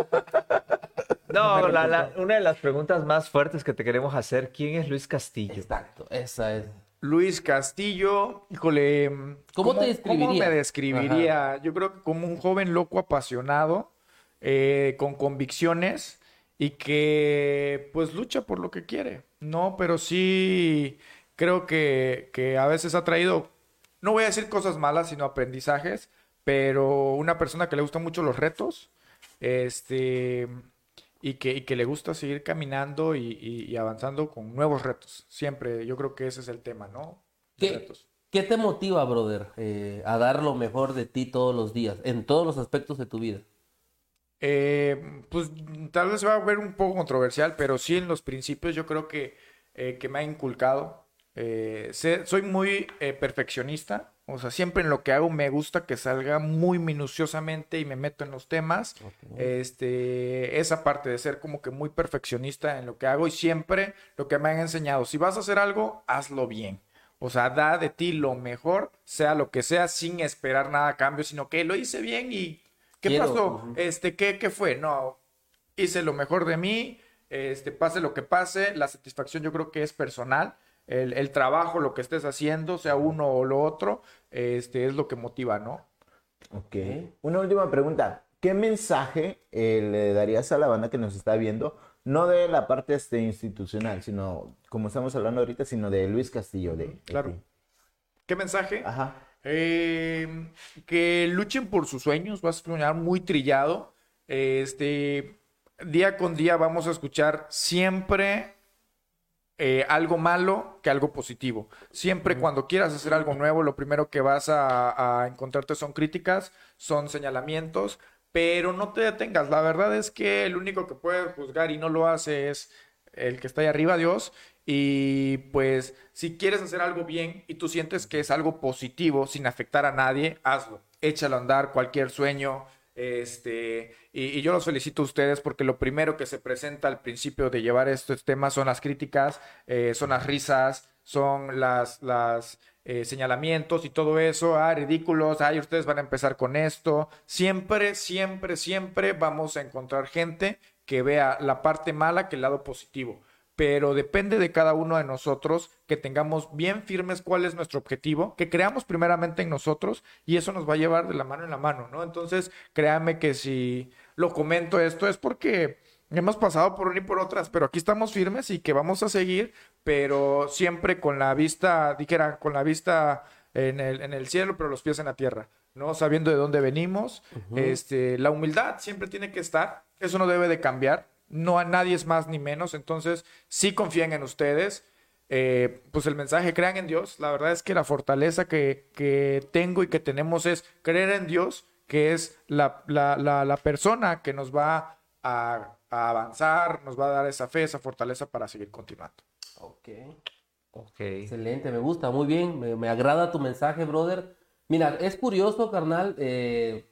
No, la- la- una de las preguntas más fuertes que te queremos hacer, ¿quién es Luis Castillo?
Exacto, esa es.
Luis Castillo, híjole.
¿Cómo te describirías?
me describiría? Yo creo que como un joven loco apasionado, eh, con convicciones y que pues lucha por lo que quiere. No, pero sí creo que, que a veces ha traído, no voy a decir cosas malas, sino aprendizajes, pero una persona que le gustan mucho los retos, este, y que, y que le gusta seguir caminando y, y- y avanzando con nuevos retos. Siempre, yo creo que ese es el tema, ¿no? Los
¿Qué,
retos.
qué te motiva, brother, eh, a dar lo mejor de ti todos los días, en todos los aspectos de tu vida?
Eh, pues tal vez se va a ver un poco controversial, pero sí en los principios yo creo que, eh, que me ha inculcado. Eh, sé- soy muy eh, perfeccionista, o sea, siempre en lo que hago me gusta que salga muy minuciosamente y me meto en los temas. Este, esa parte de ser como que muy perfeccionista en lo que hago y siempre lo que me han enseñado, si vas a hacer algo, hazlo bien. O sea, da de ti lo mejor, sea lo que sea, sin esperar nada a cambio, sino que lo hice bien y ¿qué
Quiero,
pasó?
ujú.
Este, ¿qué, qué fue? No, hice lo mejor de mí, este, pase lo que pase, la satisfacción yo creo que es personal. El, el trabajo, lo que estés haciendo, sea uno o lo otro, este, es lo que motiva, ¿no?
Ok. ¿Eh? Una última pregunta. ¿Qué mensaje eh, le darías a la banda que nos está viendo? No de la parte este, institucional, sino, como estamos hablando ahorita, sino de Luis Castillo. De,
Claro. ¿Qué mensaje?
Ah.
Ajá.
Eh, que luchen por sus sueños, vas a soñar muy trillado. Este, día con día vamos a escuchar siempre eh, algo malo que algo positivo. Siempre cuando quieras hacer algo nuevo, lo primero que vas a, a encontrarte son críticas, son señalamientos, pero no te detengas. La verdad es que el único que puede juzgar y no lo hace es el que está ahí arriba, Dios. Y pues si quieres hacer algo bien y tú sientes que es algo positivo sin afectar a nadie, hazlo. Échalo a andar cualquier sueño, este, y, y yo los felicito a ustedes porque lo primero que se presenta al principio de llevar estos temas son las críticas, eh, son las risas, son las, las eh, señalamientos y todo eso. Ah, ridículos, ay, ustedes van a empezar con esto. Siempre, siempre, siempre vamos a encontrar gente que vea la parte mala que el lado positivo pero depende de cada uno de nosotros que tengamos bien firmes cuál es nuestro objetivo, que creamos primeramente en nosotros y eso nos va a llevar de la mano en la mano, ¿no? Entonces, créanme que si lo comento esto es porque hemos pasado por una y por otras, pero aquí estamos firmes y que vamos a seguir, pero siempre con la vista, dijera, con la vista en el, en el cielo, pero los pies en la tierra, ¿no? Sabiendo de dónde venimos. este, la humildad siempre tiene que estar, eso no debe de cambiar, no a nadie es más ni menos, entonces sí confíen en ustedes. Eh, pues el mensaje, crean en Dios. La verdad es que la fortaleza que, que tengo y que tenemos es creer en Dios, que es la, la- la- la persona que nos va a, a avanzar, nos va a dar esa fe, esa fortaleza para seguir continuando.
Ok.
Ok.
Excelente, me gusta, muy bien, me, me agrada tu mensaje, brother. Mira, es curioso, carnal, eh,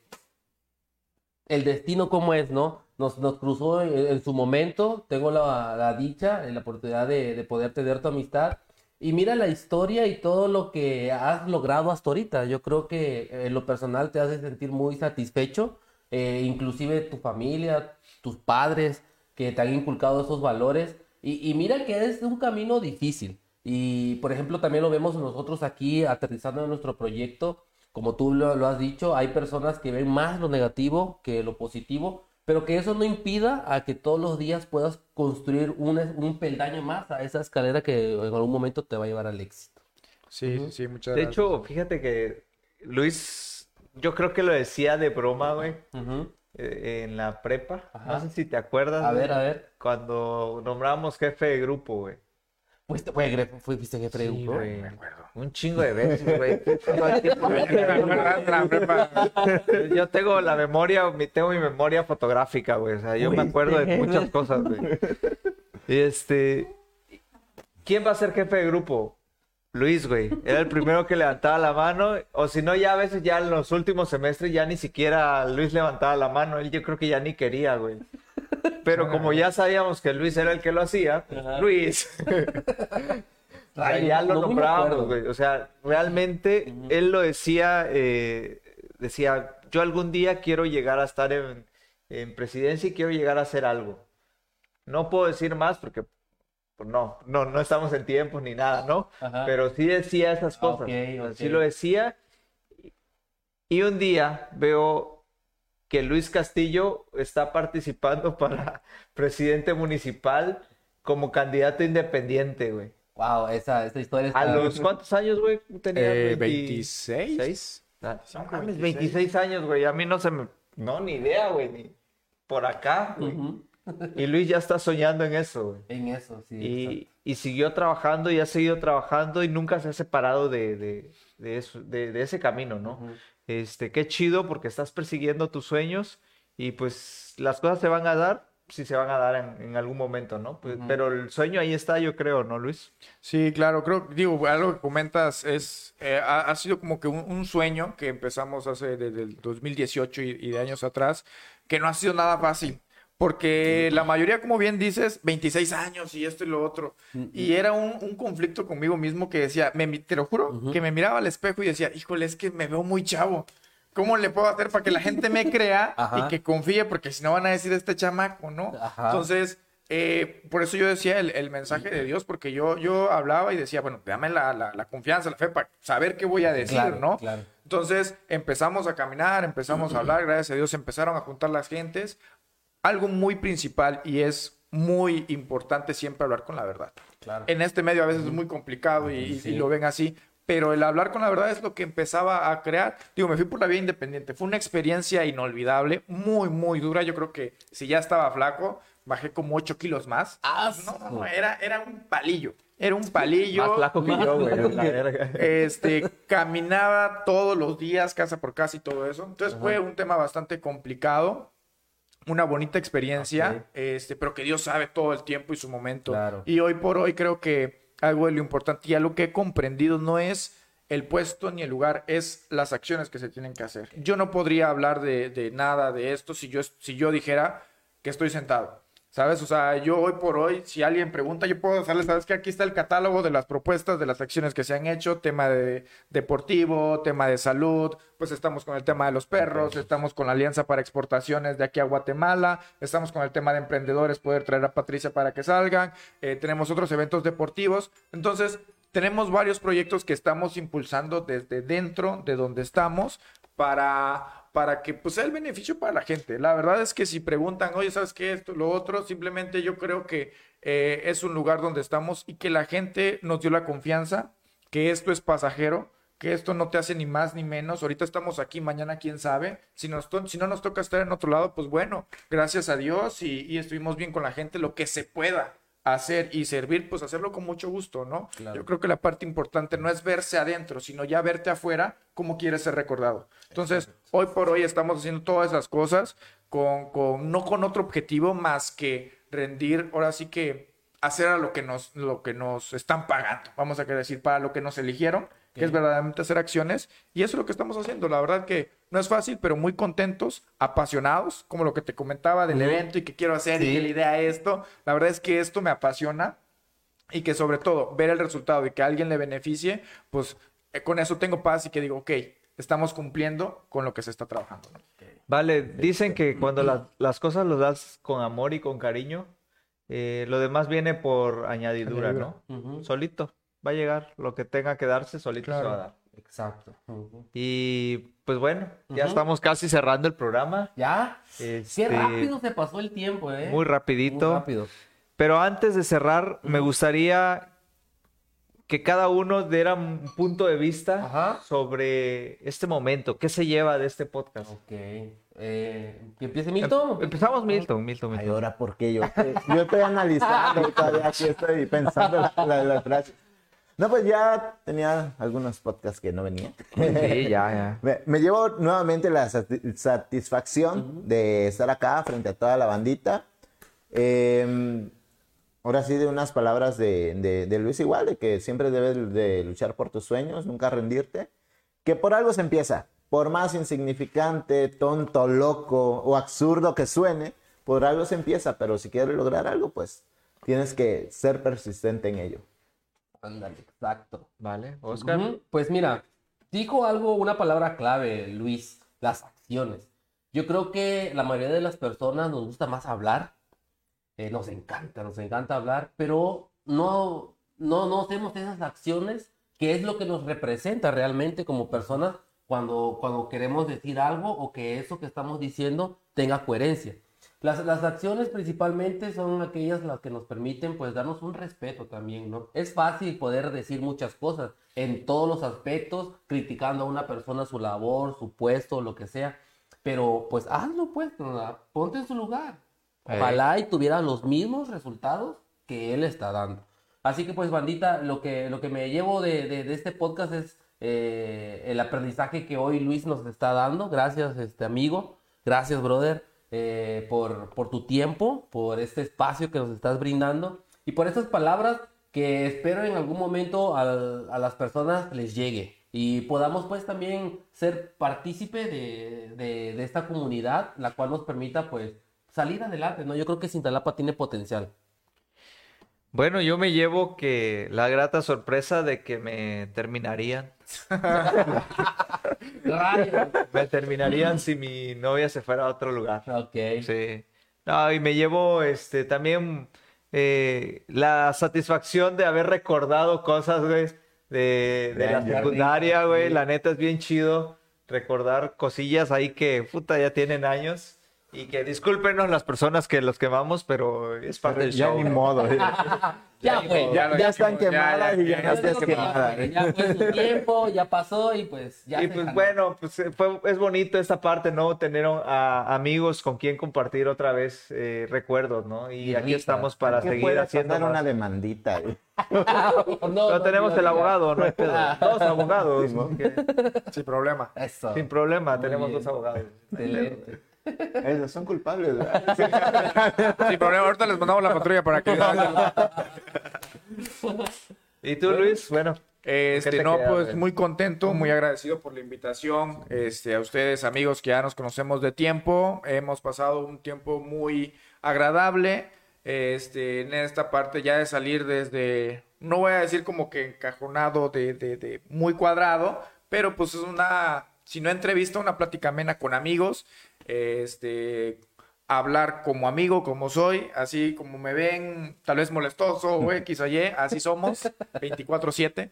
el destino cómo es, ¿no? Nos, nos cruzó en, en su momento, tengo la, la dicha, eh, la oportunidad de, de poder tener tu amistad. Y mira la historia y todo lo que has logrado hasta ahorita. Yo creo que eh, en lo personal te hace sentir muy satisfecho, eh, inclusive tu familia, tus padres que te han inculcado esos valores. Y, y mira que es un camino difícil. Y por ejemplo, también lo vemos nosotros aquí aterrizando en nuestro proyecto. Como tú lo, lo has dicho, hay personas que ven más lo negativo que lo positivo, pero que eso no impida a que todos los días puedas construir un, es- un peldaño más a esa escalera que en algún momento te va a llevar al éxito.
Sí, sí, sí, muchas
De
gracias.
hecho, fíjate que Luis, yo creo que lo decía de broma, güey, eh, en la prepa.
Ajá.
No sé si te acuerdas,
A
güey,
ver, a ver.
cuando nombrábamos jefe de grupo, güey.
Pues, te- güey, gre- fui- fuiste jefe de grupo.
güey. Un chingo de veces, güey. Todo el tiempo,
Me acuerdas de la prepa.
Yo tengo la memoria, mi- tengo mi memoria fotográfica, güey. O sea, yo me acuerdo de muchas cosas, güey. Y este. ¿Quién va a ser jefe de grupo? Luis, güey. Era el primero que levantaba la mano. O si no, ya a veces, ya en los últimos semestres, ya ni siquiera Luis levantaba la mano. Él yo creo que ya ni quería, güey. Pero como ya sabíamos que Luis era el que lo hacía, Luis. O sea,
Ay,
ya
no-
lo
no me acuerdo.
nombrábamos, güey. O sea, realmente él lo decía, eh, decía, yo algún día quiero llegar a estar en, en presidencia y quiero llegar a hacer algo. No puedo decir más porque pues, no, no, no estamos en tiempos ni nada, ¿no?
Ajá.
Pero sí decía esas
Ah,
cosas.
ok,
O sea, sí
ok.
lo decía. Y un día veo que Luis Castillo está participando para presidente municipal como candidato independiente, güey.
Wow, esa, esa historia está...
¿A los cuántos años, güey? Tenía
Eh,
26.
26.
Ah, no mames, 26 años, güey. A mí no se me... No, ni idea, güey. Ni por acá, güey.
Ujú.
Y Luis ya está soñando en eso, güey.
En eso, sí.
Y, y siguió trabajando y ha seguido trabajando y nunca se ha separado de, de, de eso- de- de ese camino, ¿no?
Ujú.
Este, qué chido porque estás persiguiendo tus sueños y pues las cosas se van a dar si se van a dar en, en algún momento, ¿no? Pues, Pero el sueño ahí está, yo creo, ¿no, Luis?
Sí, claro, creo, digo, algo que comentas es, eh, ha, ha sido como que un, un sueño que empezamos hace desde el 2018 y, y de años atrás, que no ha sido nada fácil, porque la mayoría, como bien dices, 26 años y esto y lo otro, y era un, un conflicto conmigo mismo que decía, me, mi- te lo juro, que me miraba al espejo y decía, híjole, es que me veo muy chavo. ¿Cómo le puedo hacer para que la gente me crea
Ajá.
y que confíe? Porque si no van a decir este chamaco, ¿no?
Ajá.
Entonces, eh, por eso yo decía el, el mensaje de Dios, porque yo, yo hablaba y decía, bueno, dame la, la- la confianza, la fe para saber qué voy a decir,
Claro,
¿no?
claro.
Entonces empezamos a caminar, empezamos a hablar, gracias a Dios empezaron a juntar las gentes. Algo muy principal y es muy importante siempre hablar con la verdad.
Claro.
En este medio a veces es muy complicado y, y-
Sí.
y lo ven así, pero el hablar con la verdad es lo que empezaba a crear. Digo, me fui por la vía independiente. Fue una experiencia inolvidable, muy, muy dura. Yo creo que si ya estaba flaco, bajé como 8 kilos más.
¡Ah,
No, no,
su-
no, era, era un palillo. Era un palillo.
Más flaco que yo, güey. la verga.
Este, caminaba todos los días, casa por casa y todo eso. Entonces fue un tema bastante complicado, una bonita experiencia, este, pero que Dios sabe todo el tiempo y su momento.
Claro.
Y hoy por hoy creo que algo de lo importante y algo que he comprendido no es el puesto ni el lugar, es las acciones que se tienen que hacer. Yo no podría hablar de, de nada de esto si yo, si yo dijera que estoy sentado. ¿Sabes? O sea, yo hoy por hoy, si alguien pregunta, yo puedo hacerle, ¿sabes que Aquí está el catálogo de las propuestas, de las acciones que se han hecho, tema de deportivo, tema de salud, pues estamos con el tema de los perros, estamos con la alianza para exportaciones de aquí a Guatemala, estamos con el tema de emprendedores, poder traer a Patricia para que salgan, eh, tenemos otros eventos deportivos. Entonces, tenemos varios proyectos que estamos impulsando desde dentro de donde estamos para, para que pues, sea el beneficio para la gente. La verdad es que si preguntan, oye, ¿sabes qué? Esto, lo otro, simplemente yo creo que eh, es un lugar donde estamos y que la gente nos dio la confianza que esto es pasajero, que esto no te hace ni más ni menos. Ahorita estamos aquí, mañana quién sabe. Si, nos to- si no nos toca estar en otro lado, pues bueno, gracias a Dios y, y estuvimos bien con la gente, lo que se pueda hacer y servir, pues hacerlo con mucho gusto, ¿no? Yo creo que la parte importante no es verse adentro, sino ya verte afuera como quieres ser recordado. Entonces, hoy por hoy estamos haciendo todas esas cosas con, con- no con otro objetivo más que rendir, ahora sí que hacer a lo que nos, lo que nos están pagando, vamos a querer decir, para lo que nos eligieron, que es verdaderamente hacer acciones, y eso es lo que estamos haciendo, la verdad que no es fácil, pero muy contentos, apasionados, como lo que te comentaba del evento y que quiero hacer y que la idea es esto, la verdad es que esto me apasiona y que sobre todo ver el resultado y que a alguien le beneficie, pues eh, con eso tengo paz y que digo, ok, estamos cumpliendo con lo que se está trabajando. ¿no?
Vale,
Este,
dicen que cuando la- las cosas las das con amor y con cariño, eh, lo demás viene por añadidura, ¿no?
Ujú.
Solito, va a llegar lo que tenga que darse, solito se va a
Claro.
dar.
Exacto. Ujú.
Y pues bueno, ya
Ujú.
estamos casi cerrando el programa.
¿Ya?
Este,
Qué rápido se pasó el tiempo, ¿eh?
Muy rapidito.
Muy rápido.
Pero antes de cerrar, me gustaría que cada uno diera un punto de vista
Ajá.
sobre este momento. ¿Qué se lleva de este podcast?
Ok. Eh, ¿Que empiece Milton?
Empezamos Milton, Milton,
Ay,
Milton.
ahora, ¿por qué yo? Yo estoy analizando, todavía aquí estoy pensando la de la frase. No, pues ya tenía algunos podcasts que no venía.
Sí, ya, ya.
Me, me llevo nuevamente la sati- satisfacción de estar acá frente a toda la bandita. Eh, ahora sí, de unas palabras de, de- de Luis igual, de que siempre debes de luchar por tus sueños, nunca rendirte. Que por algo se empieza. Por más insignificante, tonto, loco o absurdo que suene, por algo se empieza. Pero si quieres lograr algo, pues tienes que ser persistente en ello.
Ándale, exacto.
Vale, Oscar.
Ujú. Pues mira, dijo algo, una palabra clave, Luis, las acciones. Yo creo que la mayoría de las personas nos gusta más hablar, eh, nos encanta, nos encanta hablar, pero no, no, no hacemos esas acciones que es lo que nos representa realmente como personas cuando, cuando queremos decir algo o que eso que estamos diciendo tenga coherencia. Las, las acciones principalmente son aquellas las que nos permiten pues darnos un respeto también, ¿no? Es fácil poder decir muchas cosas en todos los aspectos, criticando a una persona su labor, su puesto, lo que sea, pero pues hazlo pues, ¿no? ponte en su lugar.
Ey.
Ojalá y tuviera los mismos resultados que él está dando. Así que pues bandita, lo que, lo que me llevo de, de- de este podcast es eh, el aprendizaje que hoy Luis nos está dando. Gracias este amigo, gracias brother eh, por, por tu tiempo, por este espacio que nos estás brindando y por estas palabras que espero en algún momento al- a las personas les llegue y podamos pues también ser partícipe de, de- de esta comunidad, la cual nos permita pues salir adelante, ¿no? Yo creo que Cintalapa tiene potencial.
Bueno, yo me llevo que la grata sorpresa de que me terminarían.
Rayos.
Me terminarían si mi novia se fuera a otro lugar.
Ok.
Sí. No, y me llevo este también eh, la satisfacción de haber recordado cosas, güey, de, de la
Grande.
secundaria, güey. La neta es bien chido recordar cosillas ahí que, puta, ya tienen años. Y que discúlpenos las personas que los quemamos, pero es parte del
Ya
show.
ni modo. eh.
Ya, güey. Ya,
Ya están quemadas y ya no
ya
estás
digo que ya,
quemada.
güey, ya fue su tiempo, ya pasó y pues ya.
¿eh? y
se
pues
jaló.
bueno, pues eh, fue- es bonito esta parte, ¿no? Tener a, amigos con quien compartir otra vez eh, recuerdos, ¿no? Y,
Y
aquí
risas.
estamos para
¿Qué
seguir
puede
haciendo
sonar una
más.
demandita. eh?
No,
No,
no,
tenemos
no,
el
no.
abogado, no hay pedo. Dos abogados. que-
Sin problema.
Eso. Este,
sin problema,
Muy
tenemos
bien.
dos abogados.
Excelente.
Esos son culpables. ¿verdad?
Sin problema. Ahorita les mandamos la patrulla para que.
Pues,
¿Y tú, Luis? Bueno, ¿Qué
Este,
te
no,
queda,
pues
güey?
muy contento, muy agradecido por la invitación. Este, a ustedes, amigos que ya nos conocemos de tiempo, hemos pasado un tiempo muy agradable. Este, en esta parte ya de salir desde, no voy a decir como que encajonado de, de, de muy cuadrado, pero pues es una, si no entrevista, una plática amena con amigos. Este, hablar como amigo, como soy, así como me ven, tal vez molestoso o X o Y, así somos, 24-7.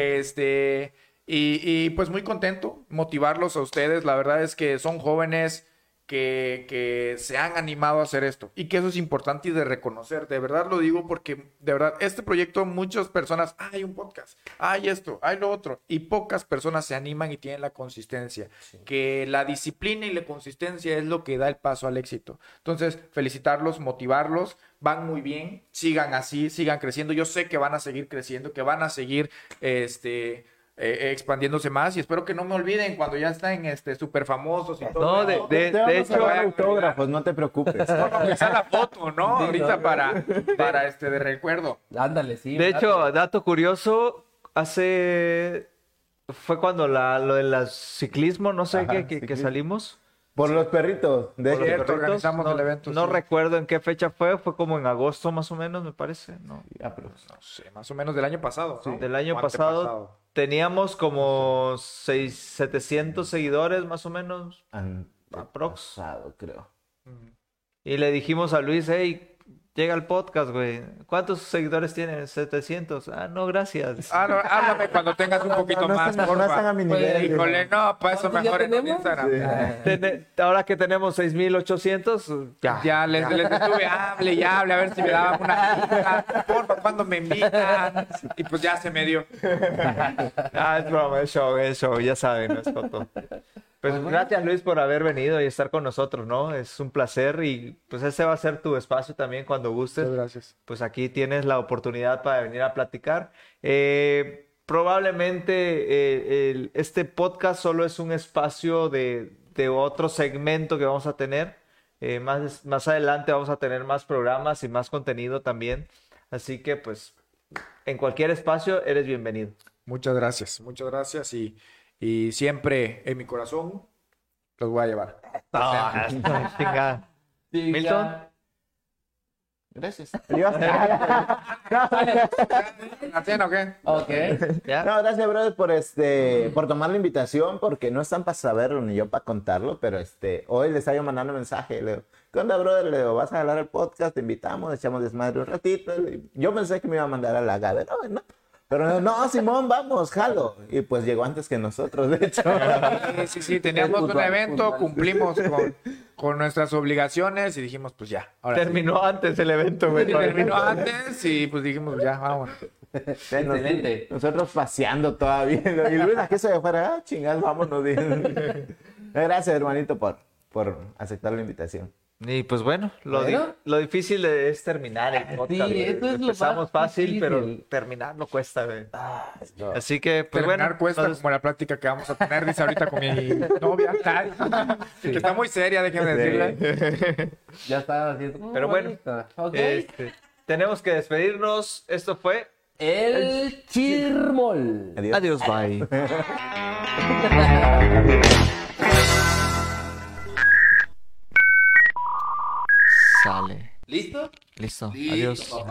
Este, y, y, pues muy contento, motivarlos a ustedes. La verdad es que son jóvenes que, que se han animado a hacer esto y que eso es importante y de reconocer. De verdad lo digo porque, de verdad, este proyecto, muchas personas, "Ah, hay un podcast, hay esto, hay lo otro, y pocas personas se animan y tienen la consistencia que la disciplina y la consistencia es lo que da el paso al éxito. Entonces, felicitarlos, motivarlos, van muy bien, sigan así, sigan creciendo. Yo sé que van a seguir creciendo, que van a seguir este eh, expandiéndose más y espero que no me olviden cuando ya estén este super famosos y todo.
no, de,
eso.
de,
Te vamos
de
a
hecho, eh,
dar autógrafos, no te preocupes.
Vamos a empezar la foto, ¿no? Ahorita para, para este de recuerdo.
Ándale, sí.
de
ándale.
hecho, dato curioso, hace... Fue cuando la, lo del ciclismo, no sé,
Ajá,
qué que, que
ciclismo.
salimos.
Por los perritos. De
Por los
hecho,
Cierto,
perritos.
organizamos
no,
el evento,
No
sí.
recuerdo en qué fecha fue, fue como en agosto más o menos, me parece. No.
No sé, más o menos del año pasado. ¿no?
Del año
O
pasado
antepasado.
teníamos como seis- 700 seguidores más o menos. Aprox.
Antepasado, creo.
Y le dijimos a Luis, hey, llega el podcast, güey. ¿Cuántos seguidores tienen? 700. Ah, no, gracias.
Ah, no, háblame cuando tengas un poquito
no
más,
están- no
porfa.
están a mi nivel.
Híjole, no, para eso
¿Cuántos ya
mejor en
tenemos?
Instagram.
Tene- ahora que tenemos 6800, ya.
Ya, les, les estuve, hable y hable, a ver si me daban una cita, porfa, cuando me invitan. Y pues ya se me dio.
Ah, es broma, es show, es show, ya saben, no es coto. Pues gracias Luis por haber venido y estar con nosotros, ¿no? Es un placer y pues ese va a ser tu espacio también cuando gustes.
gracias.
Pues aquí tienes la oportunidad para venir a platicar. Eh, probablemente eh, el- este podcast solo es un espacio de, de otro segmento que vamos a tener. Eh, más, más adelante vamos a tener más programas y más contenido también. Así que pues en cualquier espacio eres bienvenido.
Muchas gracias, muchas gracias. Y, y siempre en mi corazón los voy a llevar.
Ah, chingada.
Sí,
Milton.
ya.
Gracias. Adiós.
¿La tienen o qué?
Ok.
¿Ya?
No, gracias, brother, por este, por tomar la invitación, porque no están para saberlo ni yo para contarlo, pero este, hoy les estaba mandando mensaje, Leo. ¿Qué onda, brother? Leo, vas a hablar el podcast, te invitamos, echamos desmadre un ratito. Y Yo pensé que me iba a mandar a la gabe, no, no. Pero no, Simón, vamos, jalo. Y pues llegó antes que nosotros, de hecho.
Sí, sí, sí, teníamos un
Puntual,
evento,
puntual.
cumplimos con, con nuestras obligaciones y dijimos, pues ya. Ahora sí.
Terminó antes el evento, güey. Pues
Terminó antes y pues dijimos, ya, vamos.
Se nos-
Excelente.
Nosotros paseando todavía. ¿no? Y Luis, ¿a qué se fue afuera? Ah, chingas, vámonos. dije. Gracias, hermanito, por, por aceptar la invitación.
Y pues bueno, lo, di-
Bueno.
lo difícil es terminar el podcast. güey.
eso es lo
Empezamos
más
fácil,
difícil.
pero terminarlo cuesta, güey. Así que, pues
Terminar
bueno.
cuesta
entonces-
como la plática que vamos a tener, dice ahorita con mi novia. tal. Que está muy seria, déjenme decirle.
Ya está haciendo.
Pero bueno,
Ahorita. Ok.
este, tenemos que despedirnos. Esto fue.
El chirmol.
Adiós.
bye. Sale.
¿Listo?
Listo.
Listo,
Adiós.
papá.